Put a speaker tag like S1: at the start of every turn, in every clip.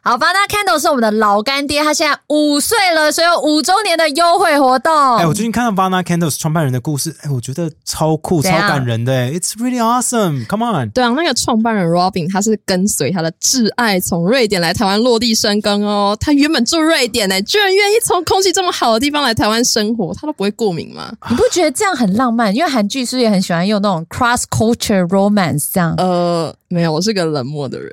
S1: 好，帮大家看到是我们的老干爹，他现在五岁了，所以有五周年的优惠活动。
S2: 哎、我最近看到 Vana Candles 创办人的故事，哎、我觉得超酷、超
S1: 怎样
S2: 感人的、哎 It's really awesome. Come on，
S3: 对啊，那个创办人 Robin，他是跟随他的挚爱从瑞典来台湾落地生根哦。他原本住瑞典呢、欸居然愿意从空气这么好的地方来台湾生活，他都不会过敏吗？
S1: 你不觉得这样很浪漫？因为韩剧是不是也很喜欢用那种 cross culture romance 这样？
S3: 呃，没有，我是个冷漠的人，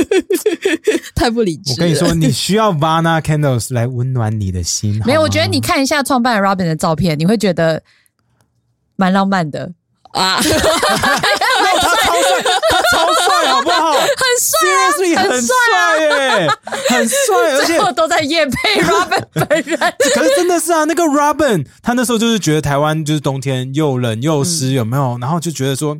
S3: 太不理智。
S2: 我跟你说，，你需要 Vana Candles 来温暖你的心。
S1: 没有，
S2: 好吗
S1: 我觉得你看一下创办人 Robin 的照片，你会觉得蛮浪漫的，
S3: 啊，
S2: 哦他超帅，他超帅，好 不好？很帅、啊，很帅耶、很帅，而且
S1: 最后都在夜 配 Robin 本人。
S2: 可是真的是啊，那个 Robin 他那时候就是觉得台湾就是冬天又冷又湿，有
S1: 嗯
S2: 没有？然后就觉得说，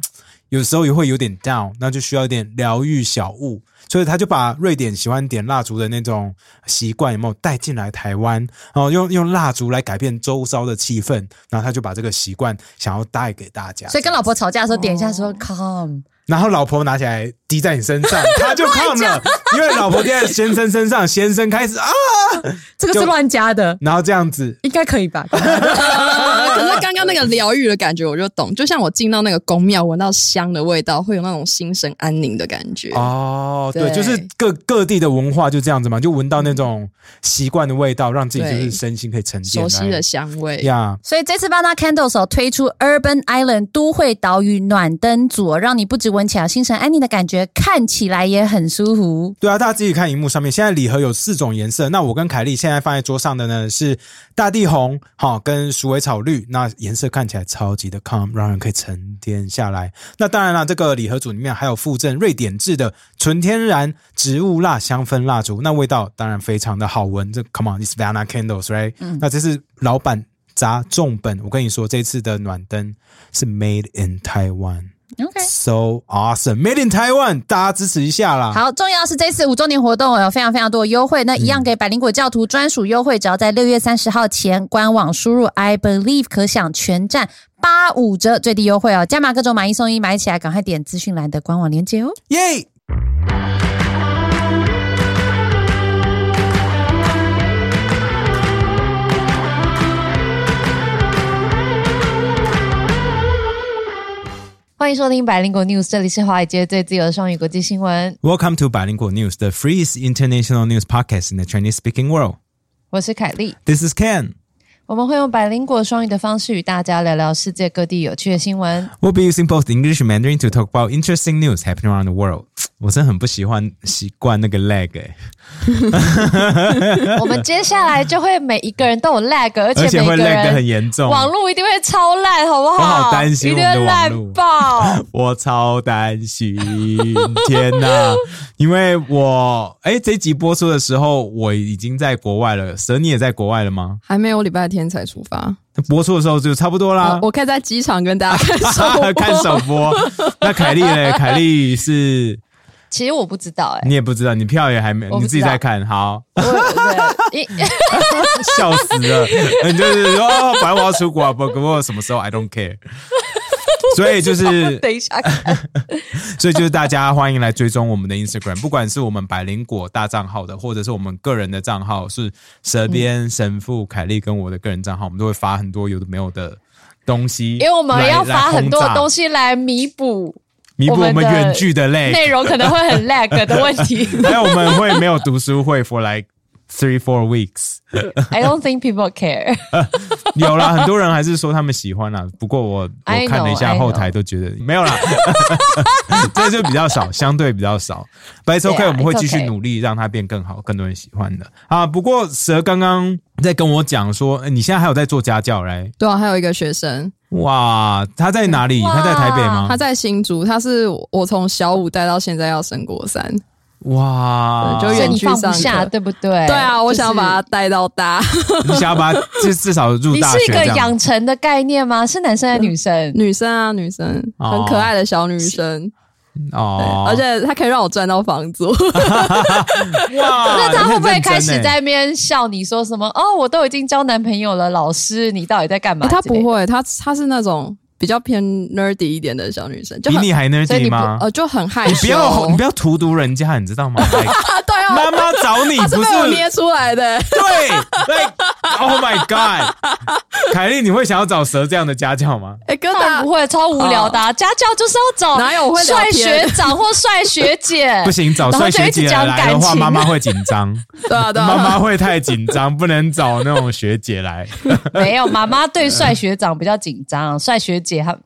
S2: 有时候也会有点 down，那就需要一点疗愈小物，所以他就把瑞典喜欢点蜡烛的那种习惯有没有带进来台湾，然后用用蜡烛来改变周遭的气氛，然后他就把这个习惯想要带给大家。
S1: 所以跟老婆吵架的时候，点一下说 calm，
S2: 然后老婆拿起来滴在你身 上，他就抗了，因为老婆滴在先生身上，先生开始啊，
S1: 这个是
S2: 就
S1: 乱加的，
S2: 然后这样子，
S1: 应该可以吧？
S3: 可是刚刚那个疗愈的感觉我就懂，就像我进到那个宫庙，闻到香的味道，会有那种心神安宁的感觉。
S2: 哦，对，
S3: 对嗯
S2: 就是各各地的文化就这样子嘛，就闻到那种习惯的味道，让自己就是身心可以沉淀。
S3: 熟悉的
S2: 哎
S3: 香味，
S2: 呀，
S1: 所以这次 Bana Candles 哦推出 Urban Island 都会岛屿暖灯组哦，让你不止闻起来有心神安宁的感觉，看起来也很舒服。
S2: 对啊，大家自己看荧幕上面，现在礼盒有四种颜色。那我跟凯莉现在放在桌上的呢是大地红，好、跟鼠尾草绿，那颜色看起来超级的 calm，让人可以沉淀下来。那当然啦，这个礼盒组里面还有附赠瑞典制的纯天然植物蜡香氛蜡烛，那味道当然非常的好闻。这 Come on，it's Vana candles，right？、那这是老板砸重本，我跟你说，这次的暖灯是 made in Taiwan，so
S1: OK。
S2: awesome，made in Taiwan，大家支持一下啦。
S1: 好，重要是这次五周年活动哦有非常非常多的优惠，那一样给百灵果教徒专属优惠，只要在六月三十号前官网输入 I believe 可享全站八五折最低优惠哦，加码各种买一送一，买起来赶快点资讯栏的官网链接哦。
S2: 耶
S1: 欢迎收听百灵果 News，这里是华尔街最自由的双语国际新闻，
S2: Welcome to 百灵果 News, the freest international news podcast in the Chinese-speaking world.
S1: 我是凯莉。
S2: This is Ken.
S1: 我们会用百灵果双语的方式与大家聊聊世界各地有趣的新 闻。
S2: We'll be using both English and Mandarin to talk about interesting news happening around the world. 我真的很不喜欢习惯那个 lag，、欸、
S1: 我们接下来就会每一个人都有 lag，而
S2: 而
S1: 且
S2: 且
S1: 每
S2: 会
S1: 一个
S2: lag 的很
S1: 人
S2: 严重。
S1: 网络一定会超烂，好不好？
S2: 我好担心
S1: 一
S2: 我
S1: 定
S2: 们的
S1: 会
S2: 网
S1: 烂
S2: 络
S1: 爆。
S2: 我超担心，天 哪！因为我哎，这集播出的时候我已经在国外了，蛇你也在国外了吗？
S3: 还没有我礼拜天才出发。
S2: 播出的时候就差不多
S1: 哦
S2: 啦
S3: 呃。我可以在机场跟大家看首播
S2: 啊 看首播，那凯莉嘞？凯莉是
S1: 其实我不知道哎、
S2: 你也不知道，你票也还没，
S1: 我不知道
S2: 你自己在看，好，
S1: 欸，我对，因
S2: 笑死 了，你就是说，哦，反正我要出国啊，不不过什么时候 I don't care。所以就 是，
S1: 等一下看，
S2: 所以就是大家欢迎来追踪我们的 Instagram，不管是我们百灵果大账号的，或者是我们个人的账号，是蛇
S1: 嗯
S2: 边神父凯莉跟我的个人账号，我们都会发很多有的没有的东西，
S1: 因为我们要
S2: 来
S1: 发很多的东
S2: 西，
S1: 西来弥补
S2: 弥补我
S1: 我
S2: 们
S1: 们的
S2: 远距的累，
S1: 内容可能会很 lag 的问 题。
S2: 还有我们会没有读书会 for like three four weeks。
S1: I don't think people care。
S2: 有啦，很多人还是说他们喜欢啦。不过我
S1: I
S2: 我看了一
S1: know, I
S2: 下
S1: know
S2: 后台，都觉得没有啦， 这就比较少，相对比较少。But it's OK，、
S1: 对啊
S2: 我们会
S1: it's
S2: 继续
S1: okay
S2: 努力让它变更好，更多人喜欢的啊。不过蛇刚刚在跟我讲说，哎你现在还有在做家教嘞？
S3: 对啊，还有一个学生，
S2: 哇，他在哪里？
S1: 哇
S2: 他在台北吗
S3: 他？在新竹，他是我从小五带到现在要升国三。
S2: 哇，
S3: 对
S1: 所
S3: 就
S1: 以
S3: 远
S1: 你
S3: 距
S1: 放不
S3: 上
S1: 下，
S3: 课
S1: 对不对？
S2: 哎
S3: 对啊，我
S1: 就是
S3: 想要把他带到大。
S2: 你想要把他至 至少入
S1: 你
S2: 大
S1: 是一
S2: 学
S1: 个
S2: 这样。
S1: 养成的概念吗？是男生还是女生？
S3: 女生啊，女生，
S2: 哦
S3: 很可爱的小女生，对
S2: 哦，
S3: 而且她可以让我赚到房 租。
S2: 哇，
S1: 那他会不会
S2: 啊很认真
S1: 开始
S2: 欸
S1: 在那边笑你说什么？哦，我都已经交男朋友了，老师你到底在干嘛？
S3: 她
S1: 之类
S3: 不
S1: 的，
S3: 会，她她是那种比较偏 nerdy 一点的小女生，就
S2: 比
S3: 很
S2: 你还
S3: 所以
S2: nerdy
S3: 你不
S2: 吗？
S1: 哦
S3: 呃就很害
S2: 你
S3: 羞，
S2: 不要你不要荼毒人家，你知道 吗？来
S3: 对啊，
S2: 妈妈找你
S1: 哦
S3: 他是
S2: 不
S3: 被我
S2: 是
S3: 捏出来的，
S2: 对，like oh my god，凯莉，你会想要找蛇这样的家教吗？
S3: 哎、哥
S1: 当然
S3: 大
S1: 不会，超无聊的、啊。家教就是要找
S3: 哪有我会聊
S1: 帅
S3: 天
S1: 学长或帅学姐
S2: 不，行，找
S1: 然后
S2: 帅
S1: 就
S2: 学
S1: 一直
S2: 姐
S1: 讲
S2: 来
S1: 感
S2: 的话，
S1: 情
S2: 妈妈会紧张，
S3: 对啊对啊，
S2: 妈妈会太紧张，不能找那种学 姐来。
S1: 没有妈妈对帅学长比较紧张，帅学姐她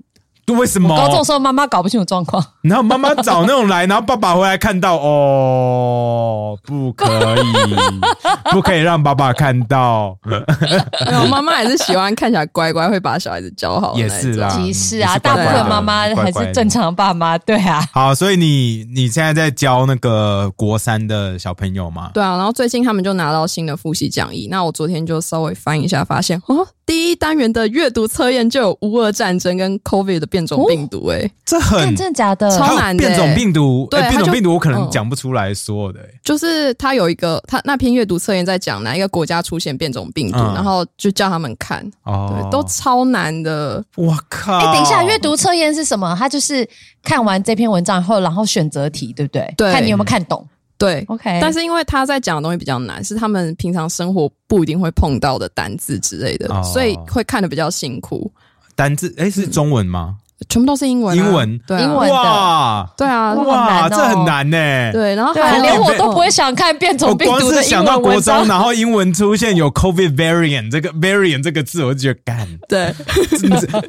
S2: 为什
S1: 我高中
S2: 么
S1: 的？时候妈妈搞不清楚状况，
S2: 然后妈妈找那种来，然后爸爸回来看到，哦，不可以，不可以让爸爸看到，
S3: 没有妈妈还是喜欢看起来乖乖，会把小孩子教
S1: 哦
S3: 好的那
S2: 也
S3: 一种，
S2: 是啦，
S1: 歧视
S2: 也
S1: 啊！
S2: 是乖
S1: 大部
S2: 乖的
S1: 分妈妈还
S2: 乖乖
S1: 是
S2: 的
S1: 正常爸妈，对啊。
S2: 好，所以你你现在在教那个国三的小朋友吗？
S3: 对啊，然后最近他们就拿到新的复习讲义，那我昨天就稍微翻一下，发现哦，第一单元的阅读测验就有乌俄战争跟 COVID 的变种病毒、哎、
S2: 这
S1: 看
S2: 很
S1: 真的假的？
S3: 超
S2: 还有
S3: 难的
S2: 变种病毒，
S3: 对
S2: 哎变
S3: 它
S2: 种
S3: 就
S2: 病毒我可能
S3: 嗯
S2: 讲不出来所有的、哎
S3: 就是他有一个他那篇阅读测验在讲哪一个国家出现变种病毒，
S2: 嗯
S3: 然后就叫他们看，
S2: 哦
S3: 对，，都超难的，
S2: 我靠！
S1: 哎、等一下，阅读测验是什么？它就是看完这篇文章以后，然后选择题，对不对？
S3: 对
S1: 看你有没有看懂。
S3: 对。
S1: OK，
S3: 但是因为他在讲的东西比较难，是他们平常生活不一定会碰到的单字之类的，
S2: 哦
S3: 所以会看的比较辛苦。
S2: 单字，哎、是中文吗？
S3: 全部都是英文、啊，
S2: 英文
S3: 对啊、
S1: 英文的
S2: 哇
S3: 对啊，
S1: 哇
S2: 哇，
S1: 好难哦
S2: 这很难呢、哎
S3: 对，然后
S1: 对
S3: 还
S1: 啊，
S3: 有
S1: 连我都不会想看变
S2: 我
S1: 种病
S2: 哦光
S1: 毒
S2: 是
S1: 的英
S2: 想到
S1: 文
S2: 国
S1: 文
S2: 中，
S1: 章。
S2: 然后英文出现有 COVID variant 这个 variant 这个字，我就觉得干。
S3: 对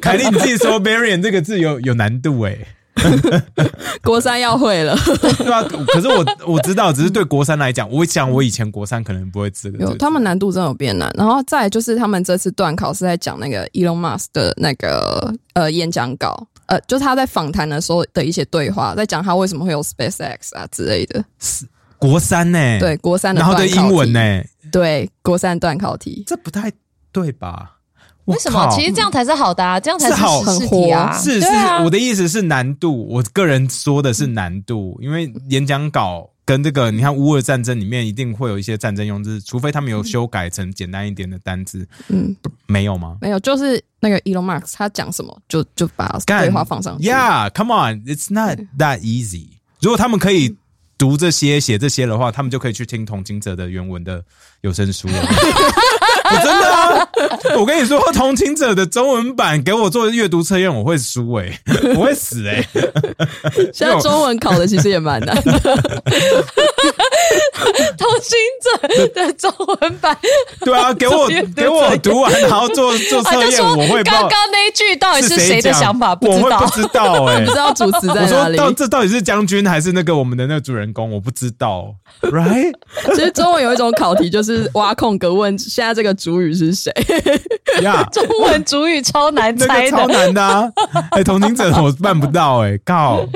S2: 凯莉，你自己说 variant 这个字有有难度哎、
S3: 国三要会了，
S2: 对啊，可是我我知道，只是对国三来讲，我想我以前国三可能不会这个。
S3: 有他们难度真的有变难。然后再来就是他们这次段考是在讲那个 Elon Musk 的那个呃演讲稿，呃，就是他在访谈的时候的一些对话，在讲他为什么会有 SpaceX 啊之类的。
S2: 国三呢、
S3: 对，，国三的
S2: 哎然后的
S3: 段考
S2: 英
S3: 题
S2: 文欸呢、
S3: 对，国三段考题。
S2: 这不太对吧？我
S1: 为什么？
S2: 靠
S1: 其实这样才是好的啊，这样才
S2: 是好
S1: 实事题啊。
S2: 是是
S1: 对啊，，
S2: 我的意思是难度。我个人说的是难度，因为演讲稿跟这个，你看乌俄战争里面一定会有一些战争用字，除非他们有修改成简单一点的单字，
S3: 嗯，
S2: 没有吗
S3: 没有，就是那个 Elon Musk 他讲什么就就把
S2: 干
S3: 对话放上去。
S2: ？Yeah，come on，it's not that easy。如果他们可
S1: 嗯
S2: 以。读这些、写这些的话，他们就可以去听同行者的原文的有声书了。 我真的啊，我跟你说，同行者的中文版给我做阅读测验，我会输哎、 我会死哎、
S3: 现在中文考的其实也蛮 难的，
S1: 同行者的中文版，
S2: 对 啊，给我
S1: 做阅读
S2: 给我
S1: 测验
S2: 读完，然后做做
S1: 他
S2: 测
S1: 啊就
S2: 验，
S1: 说
S2: 我会 不知
S1: 刚
S2: 道
S1: 刚那一句到底
S2: 是
S1: 谁的
S2: 讲
S1: 想法，不
S2: 我
S1: 知
S2: 会
S1: 道
S2: 不。知道 哎、
S3: 不知道主持
S2: 我
S3: 在哪
S2: 说
S3: 里。
S2: 到这到底是将军还是那个我们的那个主人公，我不知道，right？
S3: 其实中文有一种考题，就是挖空格问现在这个主语是谁。
S2: 呀、
S1: 中文主语超难
S2: 那
S1: 猜
S2: 个超
S1: 的，
S2: 难的、 啊，哎、同情者我办不到哎、靠！嗯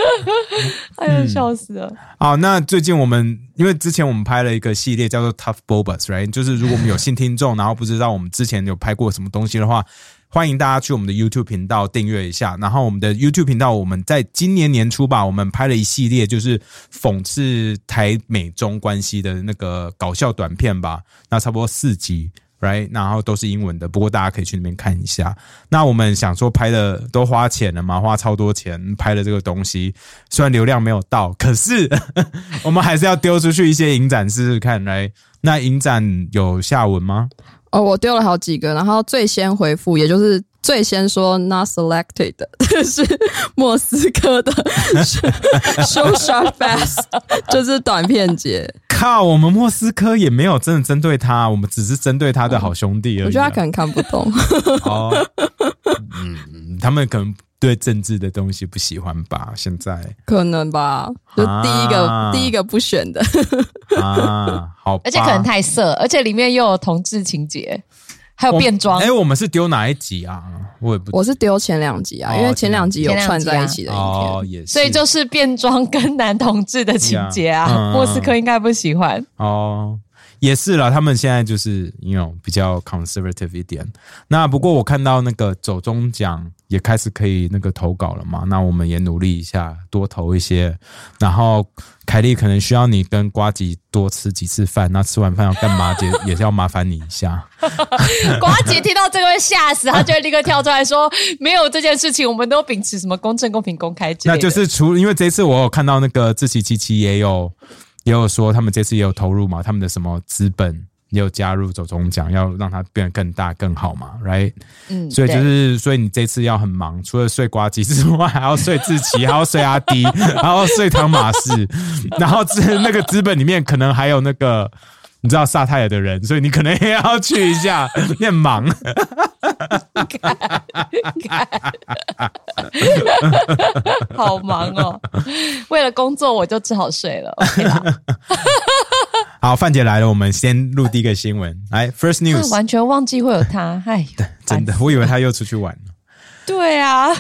S1: 哎呦，笑死了！
S2: 好，那最近我们因为之前我们拍了一个系列叫做 Tough Bobas，right？就是如果我们有新听众，然后不知道我们之前有拍过什么东西的话，欢迎大家去我们的 YouTube 频道订阅一下。然后我们的 YouTube 频道，我们在今年年初吧，我们拍了一系列就是讽刺台美中关系的那个搞笑短片吧，那差不多四集。right，然后都是英文的，不过大家可以去那边看一下。那我们想说拍的都花钱了嘛，花超多钱拍的这个东西，虽然流量没有到，可是 我们还是要丢出去一些影展试试看。来，那影展有下文吗？
S3: 哦，我丢了好几个，然后最先回复，也就是最先说 not selected 的 是莫斯科 的 show shot fest，就是短片节。
S2: 靠，我们莫斯科也没有真的针对他，我们只是针对他的好兄弟而已啊、
S3: 我觉得他可能看不懂，
S2: 哦，嗯，他们可能对政治的东西不喜欢吧？现在
S3: 可能吧，就第一个、
S2: 啊
S3: 第一个不选的。
S2: 啊，好吧，
S1: 而且可能太
S2: 啊
S1: 色，而且里面又有同志情节，还有
S2: 我
S1: 变装
S2: 哎、。我们是丢哪一集啊？我也不
S3: 我是丢前两集啊，
S2: 哦
S3: 因为前两集有串在一起的影片。
S2: 哦，也是，
S1: 所以就是变装跟男同志的情节啊
S2: 呀嗯
S1: 莫斯科应该不喜欢。
S2: 哦。也是啦，他们现在就是因为比较 conservative 一点。那不过我看到那个走中奖也开始可以那个投稿了嘛，那我们也努力一下，多投一些。然后凯莉可能需要你跟瓜吉多吃几次饭，那吃完饭要干嘛也 也是要麻烦你一下。
S1: 瓜姐听到这个会吓死，她就会立刻跳出来说：“没有这件事情，我们都秉持什么公正、公平、公开之类
S2: 那
S1: 的。”
S2: 就是除因为这次我有看到那个志奇七七也有也有说他们这次也有投入嘛，他们的什么资本也有加入走中奖，要让它变得更大更好嘛，right？
S1: 嗯
S2: 所以就是所以你这次要很忙，除了睡瓜机之外， 还要睡志奇，还要睡阿迪， 还要睡汤马士， 然后资那个资本里面可能还有那个。你知道萨泰尔的人，所以你可能也要去一下， 你很忙。
S1: 对好忙 哦。为了工作，我就只好睡了。OK 啦
S2: 好，范姐来了，我们先录第一个新闻。来，First
S1: 啊
S2: News，
S1: 完全忘记会有他，哎，
S2: 真的，我以为她又出去玩了。
S1: 对啊，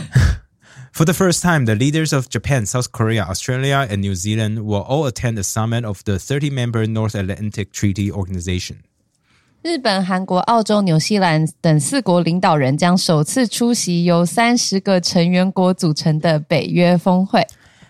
S2: For the first time, the leaders of Japan, South Korea, Australia, and New Zealand will all attend the summit of the 30 member North Atlantic Treaty Organization.
S1: 日本、韩国、澳洲、纽西兰等四国领导人将首次出席由三十个成员国组成的北约峰会。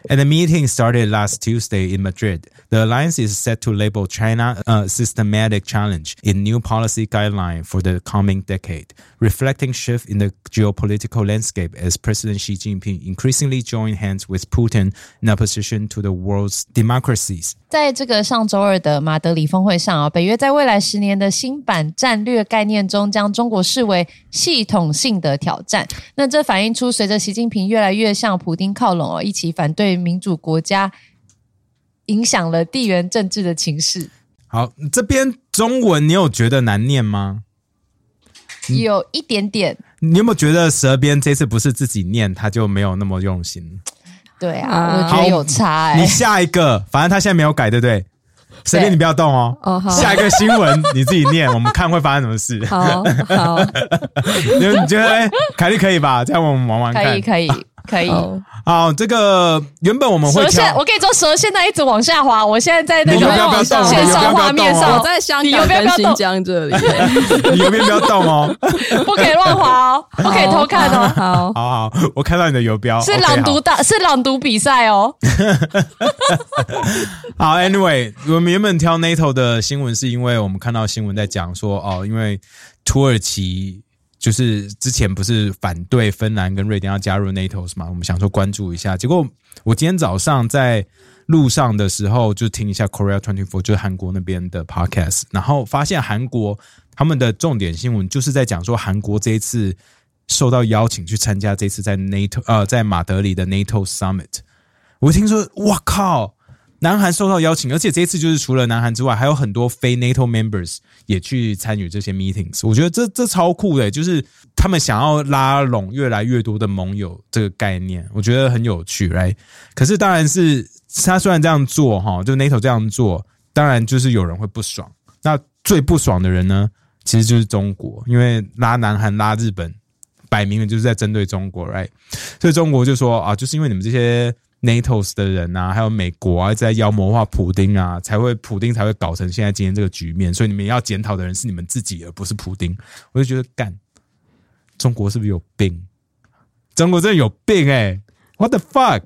S2: And the meeting started last Tuesday in Madrid. The alliance is set to label China a systematic challenge in new policy guideline for the coming decade, reflecting shift in the geopolitical landscape as President Xi Jinping increasingly joined hands with Putin in opposition to the world's democracies.
S1: 在这个上周二的马德里峰会上啊，北约在未来十年的新版战略概念中，将中国视为系统性的挑战。那这反映出，随着习近平越来越向普丁靠拢哦，一起反对民主国家，影响了地缘政治的情势。
S2: 好，这边中文你有觉得难念吗？嗯
S1: 有一点点，
S2: 你有没有觉得蛇边这次不是自己念，他就没有那么用心？
S1: 对啊，
S3: 啊
S1: 我觉得有差哎、
S2: 你下一个，反正他现在没有改，对不对？蛇边你不要动哦。
S3: 哦好
S2: 下一个新闻你自己 念，我们看会发生什么事。
S3: 好好
S2: 你你觉得哎，凯莉可以吧？这样我们玩玩看。
S1: 可以，可以，可以。
S3: 好，
S2: 好，这个原本我们会
S1: 蛇现，
S2: 挑
S1: 我跟你说，蛇现在一直往下滑，我现在在那
S2: 你
S1: 个
S2: 不要不要动哦
S1: 线
S2: 你不要
S1: 上
S2: 不要
S1: 画面
S2: 动哦
S1: 上，
S3: 我在香
S1: 你有
S3: 港
S1: 没有
S3: 跟
S1: 不要
S3: 新
S1: 动？
S3: 疆这里，
S2: 你右边不要动哦。
S1: 不可以乱滑哦， 不可以偷看哦。
S3: 好，
S2: 好好，我看到你的游标，
S1: 是
S2: 哦 OK，
S1: 朗
S2: 好
S1: 读大，是朗读比赛哦。
S2: 好，Anyway，我们原本挑 NATO 的新闻，是因为我们看到新闻在讲说，哦，因为土耳其就是之前不是反对芬兰跟瑞典要加入 NATO 是吗？我们想说关注一下，结果我今天早上在路上的时候就听一下 Korea Twenty Four，就是韩国那边的 podcast，然后发现韩国他们的重点新闻就是在讲说韩国这一次受到邀请去参加这次在 NATO 呃在马德里的 NATO Summit。我听说，哇靠！南韩受到邀请，而且这一次就是除了南韩之外，还有很多非 NATO members 也去参与这些 meetings。我觉得这这超酷的，欸就是他们想要拉拢越来越多的盟友这个概念，我觉得很有趣。来，可是当然是他虽然这样做哈，就 NATO 这样做，当然就是有人会不爽。那最不爽的人呢，其实就是中国，因为拉南韩、拉日本，摆明了就是在针对中国，right？所以中国就说啊，就是因为你们这些 NATOs 的人啊，还有美国啊，在妖魔化普丁啊，才会普丁才会搞成现在今天这个局面。所以你们要检讨的人是你们自己，而不是普丁。我就觉得干，中国是不是有病？中国真的有病哎、w h a t the fuck？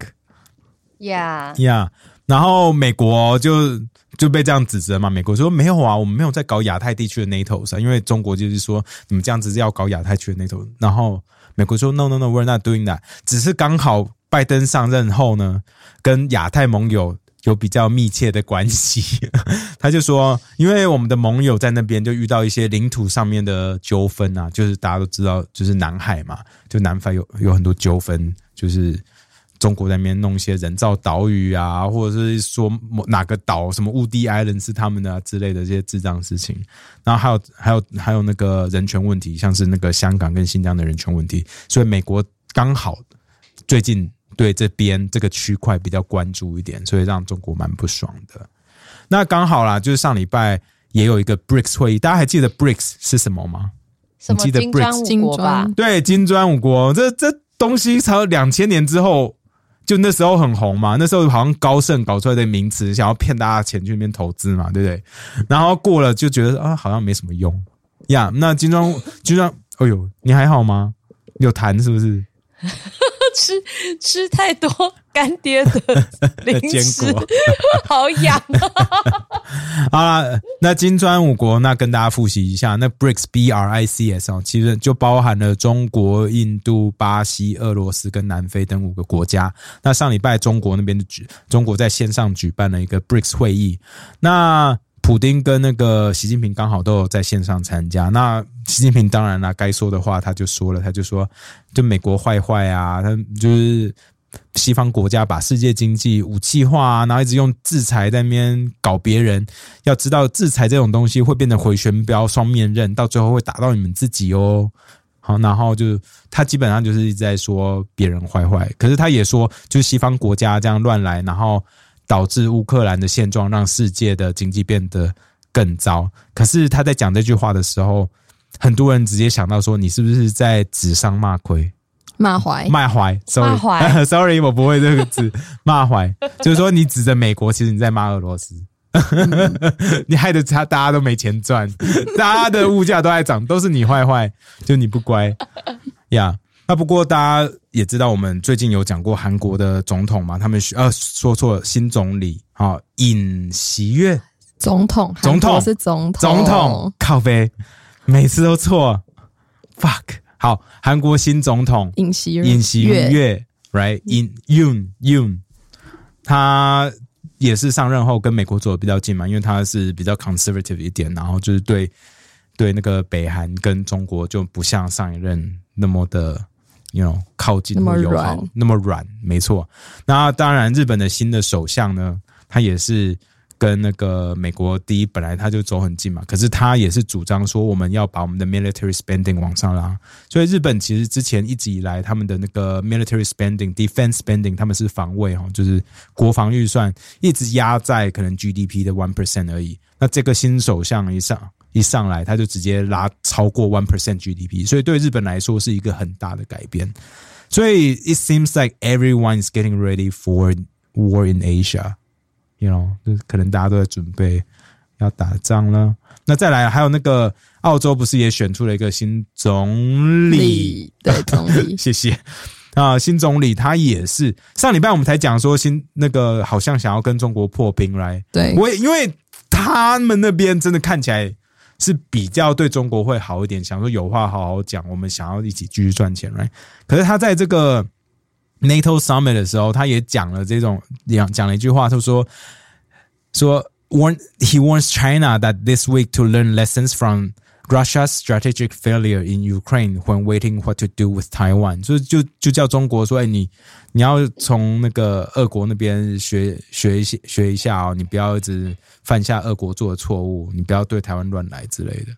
S1: 呀，
S2: 呀然后美国就就被这样指责嘛，美国说没有啊，我们没有在搞亚太地区的 NATO 啊，因为中国就是说你们这样子是要搞亚太区的 NATO，然后美国说 no no no，we're not doing that，只是刚好拜登上任后呢，跟亚太盟友。有比较密切的关系， 他就说，因为我们的盟友在那边就遇到一些领土上面的纠纷啊，就是大家都知道，就是南海嘛，就南非有有很多纠纷，就是中国在那边弄一些人造岛屿啊，或者是说某哪个岛什么雾地 island 是他们的、啊、之类的这些智障事情，然后还有还有还有那个人权问题，像是那个香港跟新疆的人权问题，所以美国刚好最近对这边这个区块比较关注一点，所以让中国蛮不爽的。那刚好啦，就是上礼拜也有一个 BRICS 会议，大家还记得 BRICS 是什么吗？
S1: 什么
S2: 你记得
S1: 金砖
S2: BRICS
S1: 五国吧？
S2: 对，金砖五国，这这东西才有两千年之后就那时候很红嘛，那时候好像高盛搞出来的名词，想要骗大家钱去那边投资嘛，对不对？然后过了就觉得啊，好像没什么用呀。那金砖金砖，哎呦，你还好吗？有痰是不是？
S1: 吃吃太多干爹 的零
S2: 坚
S1: 食
S2: 果，
S1: 好痒 啊！
S2: 好啦，那金砖五国，那跟大家复习一下，那 BRICS B R I C S 哦，其实就包含了中国、印度、巴西、俄罗斯跟南非等五个国家。那上礼拜中国那边就举，中国在线上举办了一个 BRICS 会议，那普丁跟那个习近平刚好都有在线上参加。那习近平当然啦，该说的话他就说了，他就说就美国坏坏啊，他就是西方国家把世界经济武器化啊，然后一直用制裁在那边搞别人。要知道，制裁这种东西会变得回旋镖、双面刃，到最后会打到你们自己哦。好，然后就他基本上就是一直在说别人坏坏，可是他也说，就是西方国家这样乱来，然后导致乌克兰的现状，让世界的经济变得更糟。可是他在讲这句话的时候，很多人直接想到说，你是不是在指桑骂槐？
S3: 骂怀
S2: 骂怀
S1: 骂
S2: ，sorry，
S1: 槐
S2: sorry，我不会这个字， 骂怀，就是说你指着美国，其实你在骂俄罗斯， 你害得他大家都没钱赚， 大家的物价都在涨，都是你坏坏，就你不乖 呀。那不过大家也知道，我们最近有讲过韩国的总统嘛，他们需呃说错了，新总理啊、哦尹锡悦
S3: 总统，
S2: 总
S3: 韩国
S2: 统
S3: 是总统，
S2: 总统，靠背，每次都错，fuck。好，韩国新总统
S3: 尹锡
S2: 尹锡
S3: 悦
S2: 悦，right？尹 Yoon Yoon，他也是上任后跟美国走的比较近嘛，因为他是比较 conservative 一点，然后就是对对那个北韩跟中国就不像上一任那么的。you know 靠近
S3: 那么
S2: 友好
S3: 软，
S2: 那么软，没错。那当然，日本的新的首相呢，他也是跟那个美国第一，本来他就走很近嘛，可是他也是主张说我们要把我们的 military spending 往上拉，所以日本其实之前一直以来他们的那个 military spending、defense spending，他们是防卫哈，就是国防预算一直压在可能 GDP 的 one percent 而已。那这个新首相一上一上来，他就直接拉超过 one percent GDP，所以对日本来说是一个很大的改变。所以 it seems like everyone is getting ready for war in Asia。you know，就是可能大家都在准备要打仗了。那再来，还有那个澳洲不是也选出了一个新总理？
S3: 李对总 理
S2: 谢谢啊、新总理他也是上礼拜我们才讲说新那个好像想要跟中国破冰来，
S3: 对，
S2: 我也因为他们那边真的看起来是比较对中国会好一点，想说有话好好讲，我们想要一起继续赚钱，right？可是他在这个 NATO summit 的时候，他也讲了这种讲讲了一句话，他说说 warn he warns China that this week to learn lessons from Russia's strategic failure in Ukraine when waiting what to do with Taiwan，就就就叫中国说，哎，你你要从那个俄国那边学学一些学一下哦，你不要一直犯下俄国做的错误，你不要对台湾乱来之类的。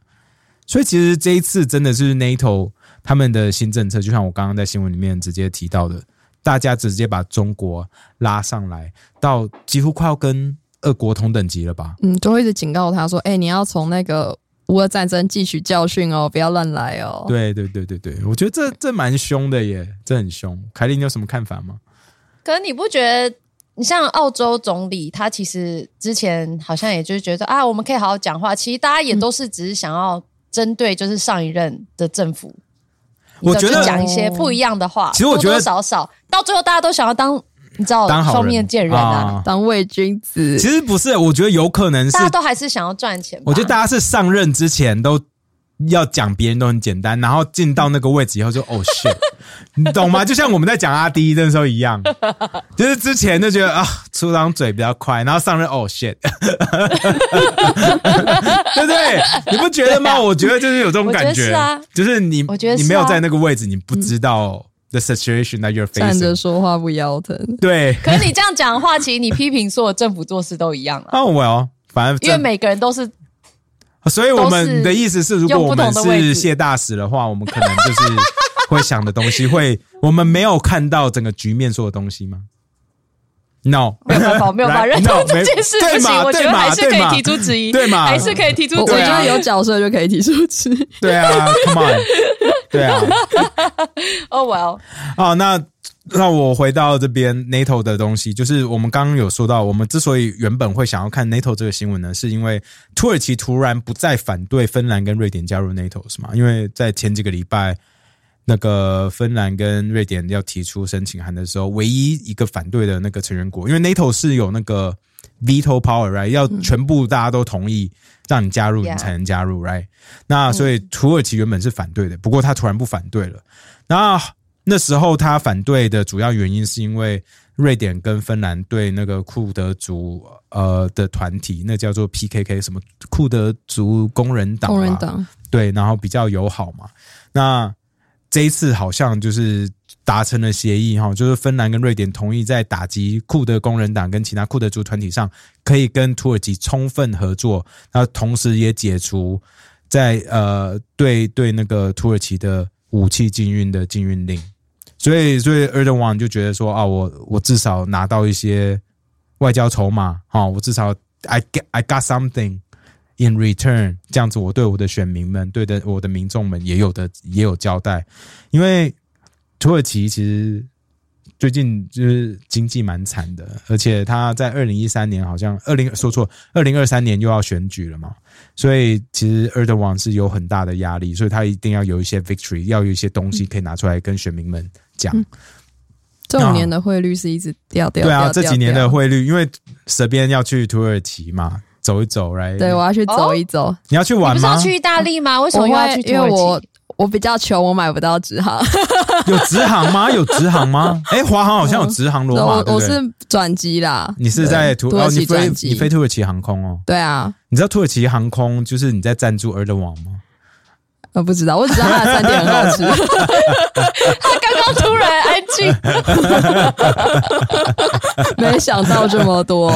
S2: 所以其实这一次真的是 NATO 他们的新政策，就像我刚刚在新闻里面直接提到的，大家直接把中国拉上来，到几乎快要跟俄国同等级了吧？
S3: 嗯，就会一直警告他说：“哎、你要从那个乌俄战争汲取教训哦，不要乱来哦。”，
S2: 对对对对对，我觉得这这蛮凶的耶，这很凶。凯莉，你有什么看法吗？
S1: 可是你不觉得，你像澳洲总理，他其实之前好像也就是觉得啊，我们可以好好讲话。其实大家也都是只是想要针对就是上一任的政府，
S2: 我
S1: 你知道
S2: 觉得
S1: 就讲一些不一样的话。
S2: 其实我觉得
S1: 多多少少到最后大家都想要当，你知道
S2: 当好
S1: 哦
S2: 人
S1: 双面见人啊，
S3: 当伪君子
S2: 其实不是，我觉得有可能是
S1: 大家都还是想要赚钱吧。
S2: 我觉得大家是上任之前都要讲别人都很简单，然后进到那个位置以 后就哦 shit，你懂吗？就像我们在讲阿迪那时候 一样，就是之前就觉得啊出张嘴比较快，然后上任哦 shit，对不对？你不觉 得吗？我觉得就是有这种感
S1: 啊我觉得是啊
S2: 就是你
S1: 我觉得是啊嗯
S2: 你没有在那个位置，你不知道 the situation that you're
S3: 站着
S2: facing。
S3: 说话不腰疼。
S2: 对，
S1: 可是你这样讲的话，其实你批评所有政府做事都一样 啊，
S2: 哦 well，反正
S1: 因为每个人都是
S2: 所以我们的意思是，如果我们
S1: 用不同的位置
S2: 是谢大使的话，我们可能就是会想的东西会，我们没有看到整个局面所有东西吗？No，
S1: 没有办法，没有办法
S2: Right?
S1: 认同
S2: No，
S1: 这
S2: 没
S1: 件事
S2: 对
S1: 不行，
S2: 嘛
S1: 我觉
S2: 对
S1: 得
S2: 嘛
S1: 还是可
S2: 对
S1: 以
S2: 嘛
S1: 提出质疑，
S2: 对嘛
S1: 还是可以提出
S3: 我
S1: 质
S3: 我
S1: 疑。
S2: 对
S3: 觉
S2: 啊
S3: 得有角色就可以提出去。
S2: 对啊，Come on，对啊，
S1: 哦，well，
S2: 哦，那那我回到这边 NATO 的东西，就是我们刚刚有说到，我们之所以原本会想要看 NATO 这个新闻呢，是因为土耳其突然不再反对芬兰跟瑞典加入 NATO 是吗？因为在前几个礼拜，那个芬兰跟瑞典要提出申请函的时候，唯一一个反对的那个成员国，因为 NATO 是有那个 veto power，right？要全部大家都同意让你加入，你
S1: Yeah
S2: 才能加入，right？那所以土耳其原本是反对的，不过他突然不反对了。那那时候他反对的主要原因是因为瑞典跟芬兰对那个库德族呃的团体，那叫做 PKK 什么库德族工人党，啊
S3: 工人，党
S2: 对，然后比较友好嘛。那这一次好像就是达成了协议哈，就是芬兰跟瑞典同意在打击库德工人党跟其他库德族团体上，可以跟土耳其充分合作，那同时也解除在呃对对那个土耳其的武器禁运的禁运令。所以，所以 Erdogan 就觉得说啊，我我至少拿到一些外交筹码，哈、我至少 I get I got something in return，这样子我对我的选民们，对的我的民众们也有的也有交代，因为土耳其其实最近就是经济蛮惨的，而且他在二零一三年好像二零说错，二零二三年又要选举了嘛，所以其实 Erdogan 是有很大的压力，所以他一定要有一些 victory，要有一些东西可以拿出来跟选民们讲。
S3: 这五年的汇率是一直掉掉，
S2: 对啊，
S3: 掉
S2: 这
S3: 掉
S2: 几年的
S3: 掉
S2: 汇率，因为蛇边要去土耳其嘛，走一走来。
S3: 对我要去走一走，
S2: 你要去
S1: 你不
S2: 玩
S1: 是要
S2: 吗？
S1: 去意大利哦吗？为什
S3: 我
S1: 么又要
S3: 会
S1: 去
S3: 因
S1: 土
S3: 为
S1: 耳
S3: 我
S1: 其？
S3: 我比较穷，我买不到 直航，
S2: 有直航吗？有直航 吗？哎，华航好像有直航罗马，
S3: 我
S2: 对
S3: 哦我
S2: 不对？
S3: 是转机啦。
S2: 你是在土
S3: 对土
S2: 哦，
S3: 耳
S2: 你
S3: 其
S2: 飞
S3: 转机
S2: 你飞土耳其航空哦。
S3: 对啊，
S2: 你知道土耳其航空就是你在赞助 Erdogan 吗？
S3: 我不知道，我只知道它的餐点很好吃。
S1: 他刚刚突然安静，
S3: 没想到这么多，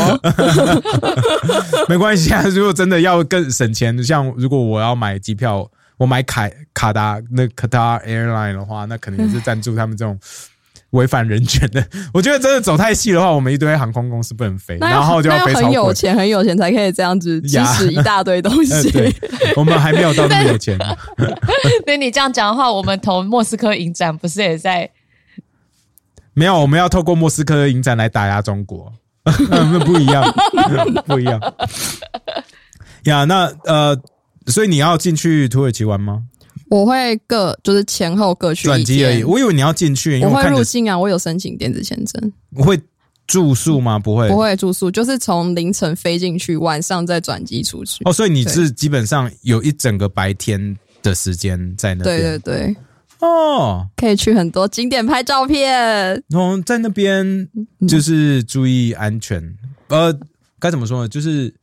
S2: 没关系啊，如果真的要更省钱，像如果我要买机票，我买卡卡达那 Qatar Airline 的话，那可能也是赞助他们这种 违反人权的。 我觉得真的走太细的话，我们一堆航空公司不能飞，
S3: 那
S2: 然后就
S3: 那
S2: 要飞
S3: 很
S2: 超
S3: 有
S2: 贵。
S3: 钱，很有钱才可以这样子支
S2: 呀
S3: 持一大堆东
S2: 呃
S3: 西。
S2: 对，我们还没有到那么有钱。
S1: 对你这样讲的话，我们投莫斯科影展不是也在？
S2: 没有，我们要透过莫斯科影展来打压中国， 那不一样， 不一样。呀、那呃，所以你要进去土耳其玩吗？
S3: 我会各就是前后各去一
S2: 转机而已，
S3: 天
S2: 我以为你要进去，因为
S3: 我会
S2: 看
S3: 入
S2: 着
S3: 境啊，我有申请电子签证，
S2: 会住宿吗？不会，
S3: 不会住宿，就是从凌晨飞进去，晚上再转机出去。
S2: 哦，所以你是基本上有一整个白天的时间在那边。
S3: 对对对，
S2: 哦，
S3: 可以去很多景点拍照片。
S2: 然后在那边
S3: 嗯
S2: 就是注意安全。呃，该怎么说呢？就是